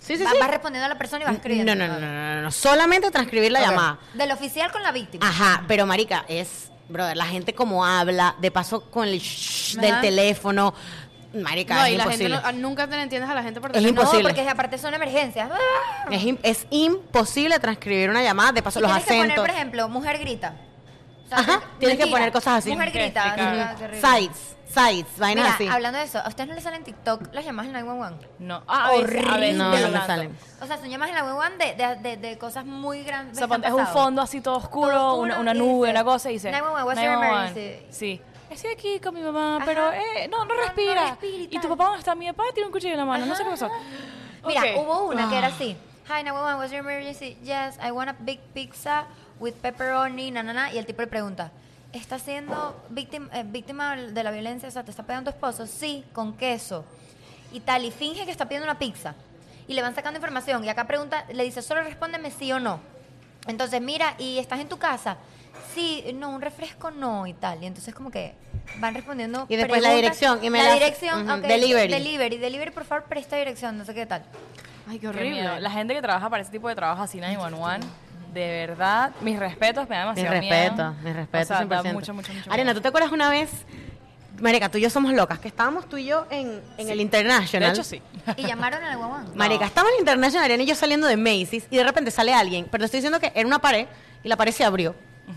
Sí, sí,
va-
sí.
vas respondiendo a la persona y vas escribiendo.
no, no, no,
Ah.
no, no, no, solamente transcribir la
Ok.
llamada.
Del oficial con la víctima.
Ajá, pero marica, es, brother, la gente como habla, de paso con el shh
Ajá.
del teléfono, marica,
No,
es
y la gente
imposible.
no- ah, nunca te entiendes a la gente por
Es
teléfono.
imposible.
No, porque aparte son emergencias. Ah.
Es, im- es imposible transcribir una llamada, de paso los
tienes que
acentos,
poner, por ejemplo, mujer grita. O sea,
Ajá,
no-
tienes que
mentira,
poner cosas así.
Mujer
Tienes que
grita.
explicar.
ah, qué horrible.
sites, sites, vainas
Mira,
así.
hablando de eso, ¿a ustedes no les salen TikTok las llamadas en 911?
No, ah, a veces, a veces
No,
me
no
lo
me
lanzo.
salen.
O sea, son llamadas en 911 de, de, de, de cosas muy grandes.
O sea, ponte- es un fondo así todo oscuro,
Todo oscuro,
una, una
y
nube,
dice,
una cosa, y dice...
911, what's your
911.
emergency?
Sí. Estoy aquí con mi mamá,
Ajá.
pero eh, no, no
No, no
respira.
respira y
y tu
tal.
papá, ¿dónde está? Mi papá tiene un cuchillo en la mano, no sé qué pasó.
Mira,
Ok.
hubo una que era así. Hi, 911, what's your emergency? Yes, I want a big pizza with pepperoni, na, na, na. Y el tipo le pregunta, ¿estás siendo víctima, eh, víctima de la violencia? O sea, ¿te está pegando tu esposo? Sí, con queso. Y tal, y finge que está pidiendo una pizza. Y le van sacando información. Y acá pregunta, le dice, solo respóndeme sí o no. Entonces, mira, ¿y estás en tu casa? Sí, no, un refresco no y tal. Y entonces como que van respondiendo
Y después la
preguntas.
dirección, y me
la,
la-
dirección,
Ujú,
ok,
delivery.
Delivery, delivery, por favor, presta dirección, no sé qué tal.
Ay, qué
Qué miedo.
horrible.
La gente que trabaja para ese tipo de trabajo así, 911, de verdad, mis respetos, me da
Mis
demasiado
respeto,
miedo.
mis respeto.
O sea, da
100%.
mucho, mucho, mucho
Arena,
miedo.
¿tú te acuerdas una vez? Marica, tú y yo somos locas, que estábamos tú y yo en, en el International.
De hecho, sí.
Y llamaron al guaguán.
Marica, estábamos en el International, Arena y yo saliendo de Macy's, y de repente sale alguien, pero te estoy diciendo que era una pared, y la pared se abrió.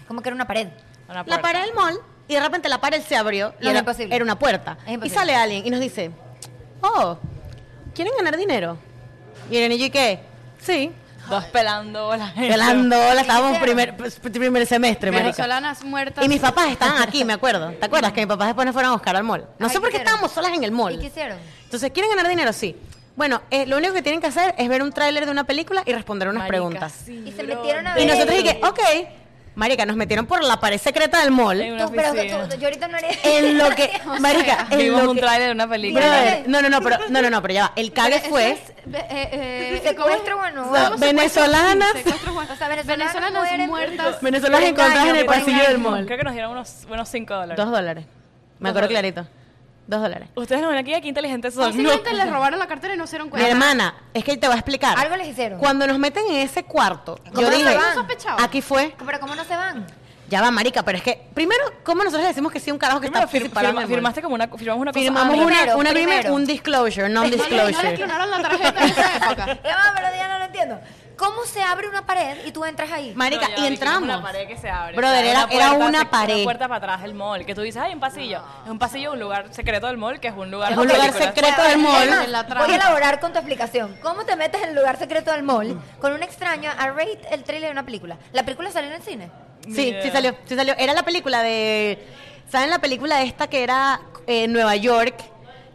Como que era una pared.
Una
La
puerta.
pared del mall y de repente la pared se abrió y
No, es
era,
imposible.
era una puerta.
Es imposible.
Y sale alguien y nos dice, oh, ¿quieren ganar dinero? Y Irene y yo, ¿y qué? Sí.
Dos pelando bolas.
Pelando, la estábamos
hicieron?
primer, pues, primer semestre, marica.
Venezolanas muertas.
Y mis papás estaban aquí, me acuerdo. ¿Te acuerdas que mis papás después nos fueron a buscar al mall? No
Ay,
sé por qué
quisieron.
estábamos solas en el mall.
¿Y qué hicieron?
Entonces, ¿quieren ganar dinero? Sí. Bueno, eh, lo único que tienen que hacer es ver un tráiler de una película y responder unas
Marica,
preguntas.
sí,
Y se
bro.
metieron a ver.
Y nosotros dije, ok, marica, nos metieron por la pared secreta del mall.
En una
Tú, pero
oficina.
tú- tú- yo ahorita no haría.
En lo que, marica, en
Vimos
lo
un
que-
tráiler de una película.
Brother, no, no, no, pero, no, no, no, pero ya va. El cague
Pero
fue.
eso es, ve- eh, eh,
Secuestro
¿cómo?
guanudo.
Se llama
Venezolanas.
secuestro- sí, secuestro guanudo.
O sea, venezolanas
venezolanas
mueren-
muertas.
Venezolanas
Treinta
encontradas en
años,
el pasillo del
Creo
mall.
que nos dieron unos buenos 5 dólares.
Dos dólares. Me
Dos
acuerdo
dólares.
clarito. Dos dólares.
Ustedes no ven aquí, qué inteligentes son. ¿no?
Posiblemente les robaron la cartera y no se dieron
Mi
cuenta.
hermana, es que te voy a explicar.
Algo les hicieron.
Cuando nos meten en ese cuarto, yo
no se
dije,
van?
Sospechado.
aquí fue,
Pero ¿cómo no se van?
ya va, marica, pero es que, primero, ¿cómo nosotros le decimos que sí a un carajo que
Primero
está
fir-
disparado en
firma-
el mall?
firmaste como una, firmamos una cosa
Firmamos
antes.
una,
Primero,
un agreement,
primero.
un disclosure,
No le- No les
non-disclosure.
clonaron la tarjeta en esa época.
Ya va, pero ya no lo entiendo. ¿Cómo se abre una pared y tú entras ahí?
Marica,
No, ya
y
dijimos
entramos.
Una pared que se abre.
Brother,
O sea,
era, era
puerta,
una
se-
pared.
Una puerta para atrás del mall. Que tú dices, hay un pasillo. Es un pasillo, un lugar secreto del mall, que es un lugar.
Es
de
un lugar
películas.
secreto. Secreto del mall.
Además,
En la trama.
Voy a elaborar con tu explicación. ¿Cómo te metes en el lugar secreto del mall con un extraño a rate el trailer de una película? ¿La película salió en el cine?
Sí,
Ni
sí
idea.
salió, sí salió. Era la película de. ¿Saben la película esta que era eh, Nueva York?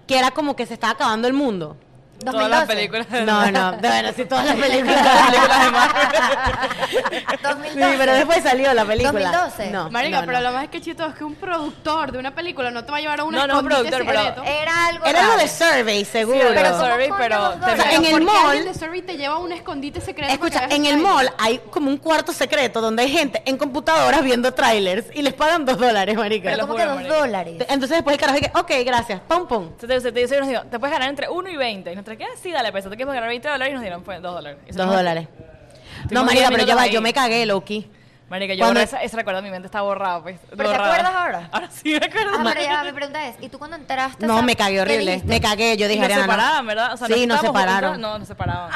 Que era como que se estaba acabando el mundo.
Todas las
2012.
películas. del
No,
mall.
no, de verdad, sí, todas las películas.
Las películas de Marvel.
2012.
Sí, pero después salió la película.
2012.
No,
Marica,
no,
pero
no.
lo más que chito es que un productor de una película no te va a llevar a un
No, no,
escondite
productor, pero-
secreto.
Era algo.
Era algo
raro.
de Survey, seguro.
pero
¿cómo
Survey,
coño
pero
los dos?
te
O sea,
metes.
en el
¿por qué
mall-
alguien de Surrey te lleva a un escondite secreto.
Escucha,
para que
en
veas
el
trailer?
mall hay como un cuarto secreto donde hay gente en computadoras viendo trailers y les pagan dos dólares, marica.
Pero
lo
como
juro,
que dos
marica.
dólares.
Entonces después el carajo dice, ok, gracias, pum pum.
Entonces te, te, dice, nos dijo, te puedes ganar entre 1 y 20. Y nosotros, ¿qué? Sí, dale, pensate que puedes ganar 20 dólares y nos dieron 2 dólares. Y
Dos
nosotros-
dólares. No,
diez
María, pero ya
minutos
va,
ahí.
yo me cagué, Loki.
Marica, yo
Cuando-
borré esa- ese recuerdo, mi mente está borrado. Pues,
¿Pero te
borrado.
acuerdas ahora?
Ahora sí me acuerdo.
Ah, pero ya, mi pregunta es, ¿y tú cuando entraste?
No,
Sam,
me cagué
qué
horrible.
dijiste?
Me cagué. Yo
Y
dije,
nos
Ariana, "Ah, no.
separaban, ¿verdad? O sea,
sí,
no
nos
estábamos juntas,
separaron.
No, nos separaban.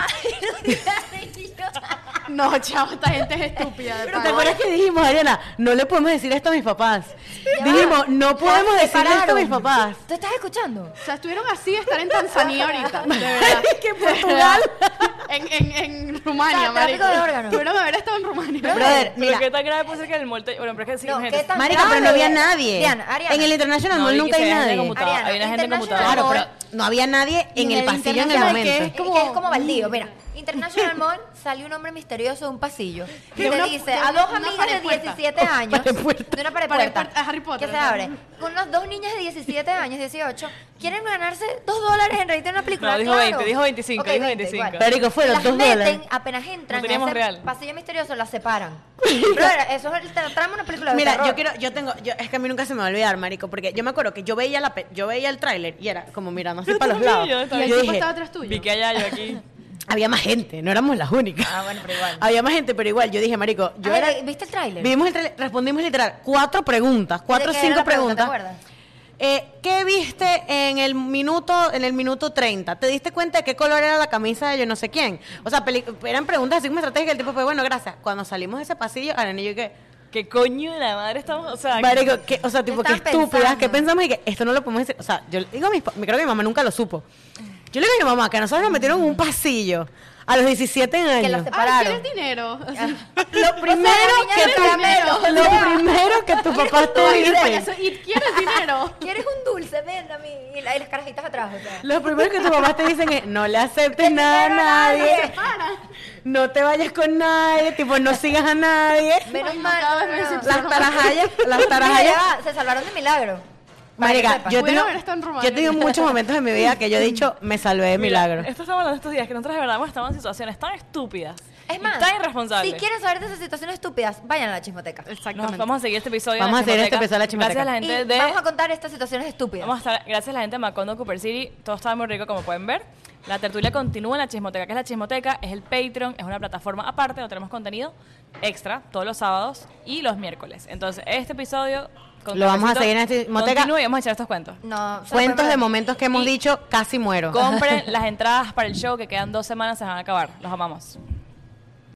No, chavo, esta gente es estúpida. de
Pero ¿te
pana.
acuerdas que dijimos, Ariana, no le podemos decir esto a mis papás?
Ya va.
Dijimos, no podemos
Las
decir esto a mis
separaron.
papás.
¿Tú estás escuchando?
O sea, estuvieron así estar en Tanzania ahorita. De verdad.
que en Portugal.
En, en, en
O
Rumania,
sea, tráfico
marico.
de órganos.
Tuvieron de haber estado en Rumania.
Brother,
Pero
mira.
qué tan grave puede ser que en el molde. Bueno, pero es que sí,
No,
gente.
¿qué tan
Marica, pero no
grave?
había nadie.
Diana, Ariana.
En el International
No,
Mall
y
nunca hay
que se dejen de
nadie.
computar.
Ariana,
Hay una gente
International
computada.
Claro,
Mall.
pero no había nadie en el pasillo en el
International-
momento.
Que es como, que es como baldío. Mira, International Mall salió un hombre misterioso de un pasillo.
De
que
una-
le dice
de
a
una-
dos
una
amigas de
parepuerta.
17 años.
Parepuerta.
De una
Parepuerta,
parepuerta.
es Harry Potter,
Que se
¿verdad?
abre. Con unas dos niñas de 17 años, 18, quieren ganarse 2 dólares en realidad en una película.
No, dijo
claro.
20, dijo 25,
Ok,
dijo
20, igual.
25.
Marico, fueron
las
dos
meten,
dólares.
apenas
No
entran
teníamos
a ese
real.
pasillo misterioso, las separan. Pero era- eso es el tra- trama de una película de
Mira,
terror.
yo quiero, yo tengo, yo, es que a mí nunca se me va a olvidar, marico, porque yo me acuerdo que yo veía la, pe- yo veía el tráiler y era como mirando así
Yo
para los
también,
lados.
yo
Y
también.
el
Yo
tipo
dije,
estaba atrás tuyo.
Vi que allá, yo aquí.
había más gente, no éramos las únicas.
Ah, bueno, pero igual.
Había más gente, pero igual, yo dije, marico, yo
Ay, eh,
era,
¿Viste el tráiler?
vimos el tráiler, respondimos literal cuatro preguntas, cuatro o
¿De qué era
cinco
la pregunta,
preguntas.
¿Te acuerdas?
Eh, ¿Qué viste en el minuto en el minuto 30? ¿Te diste cuenta de qué color era la camisa de yo no sé quién? O sea, peli- eran preguntas así como estratégicas. El tipo fue, bueno, gracias. Cuando salimos de ese pasillo, Arana y yo, ¿qué?
¿Qué coño de la madre estamos? O sea,
Marico, que, o sea, tipo, qué
Estaban
estúpidas, qué
pensando.
pensamos y que esto no lo podemos decir. O sea, yo le digo a mi, creo que mi mamá nunca lo supo. Yo le digo a mi mamá que a nosotros nos metieron en un pasillo a los 17
Que
años.
las
Ay,
separaron.
¿quieres dinero?
Lo primero
O sea, la niña
que
de
tu
caramelo, o
lo
sea.
primero que tu papá te
Eso,
dice.
¿Y quieres dinero?
¿Quieres un dulce? Ven a mí. Y, la- y las carajitas atrás. O sea.
Lo primero que tu papá te dicen es no le aceptes
El
nada a
dinero a nadie.
nadie. No te vayas con nadie, tipo no sigas a nadie.
Menos
Ay, no,
mal.
cada
no,
vez me
no.
decepciona.
Las tarajayas, las tarajayas.
Mira, Se salvaron de milagro. Para que
Marica,
sepas.
yo he
Bueno,
tenido-
ahora está en Rumania.
yo he tenido muchos momentos en mi vida que yo he dicho me salvé de
Mira,
milagro.
Esto estamos hablando estos días que nosotros de verdad hemos estado en situaciones tan estúpidas.
Es
y
más,
tan irresponsables.
si quieren saber de esas situaciones estúpidas, vayan a la chismoteca.
Nos
Exactamente.
vamos a seguir este episodio.
Vamos
de
a seguir este episodio de la
Gracias a la
Y
gente de.
vamos a contar estas situaciones estúpidas.
Vamos a estar, gracias a la gente de Macondo Cooper City, todo estaba muy rico como pueden ver. La tertulia continúa en la chismoteca, que es la chismoteca, es el Patreon, es una plataforma aparte donde tenemos contenido extra todos los sábados y los miércoles. Entonces, este episodio con
Lo vamos a
cafecito,
seguir en la chismoteca.
Continúa y vamos a echar estos cuentos.
No,
Cuentos
se lo
de
prometo.
momentos que hemos
Y-
dicho casi muero.
Compren las entradas para el show que quedan dos semanas, se van a acabar. Los amamos.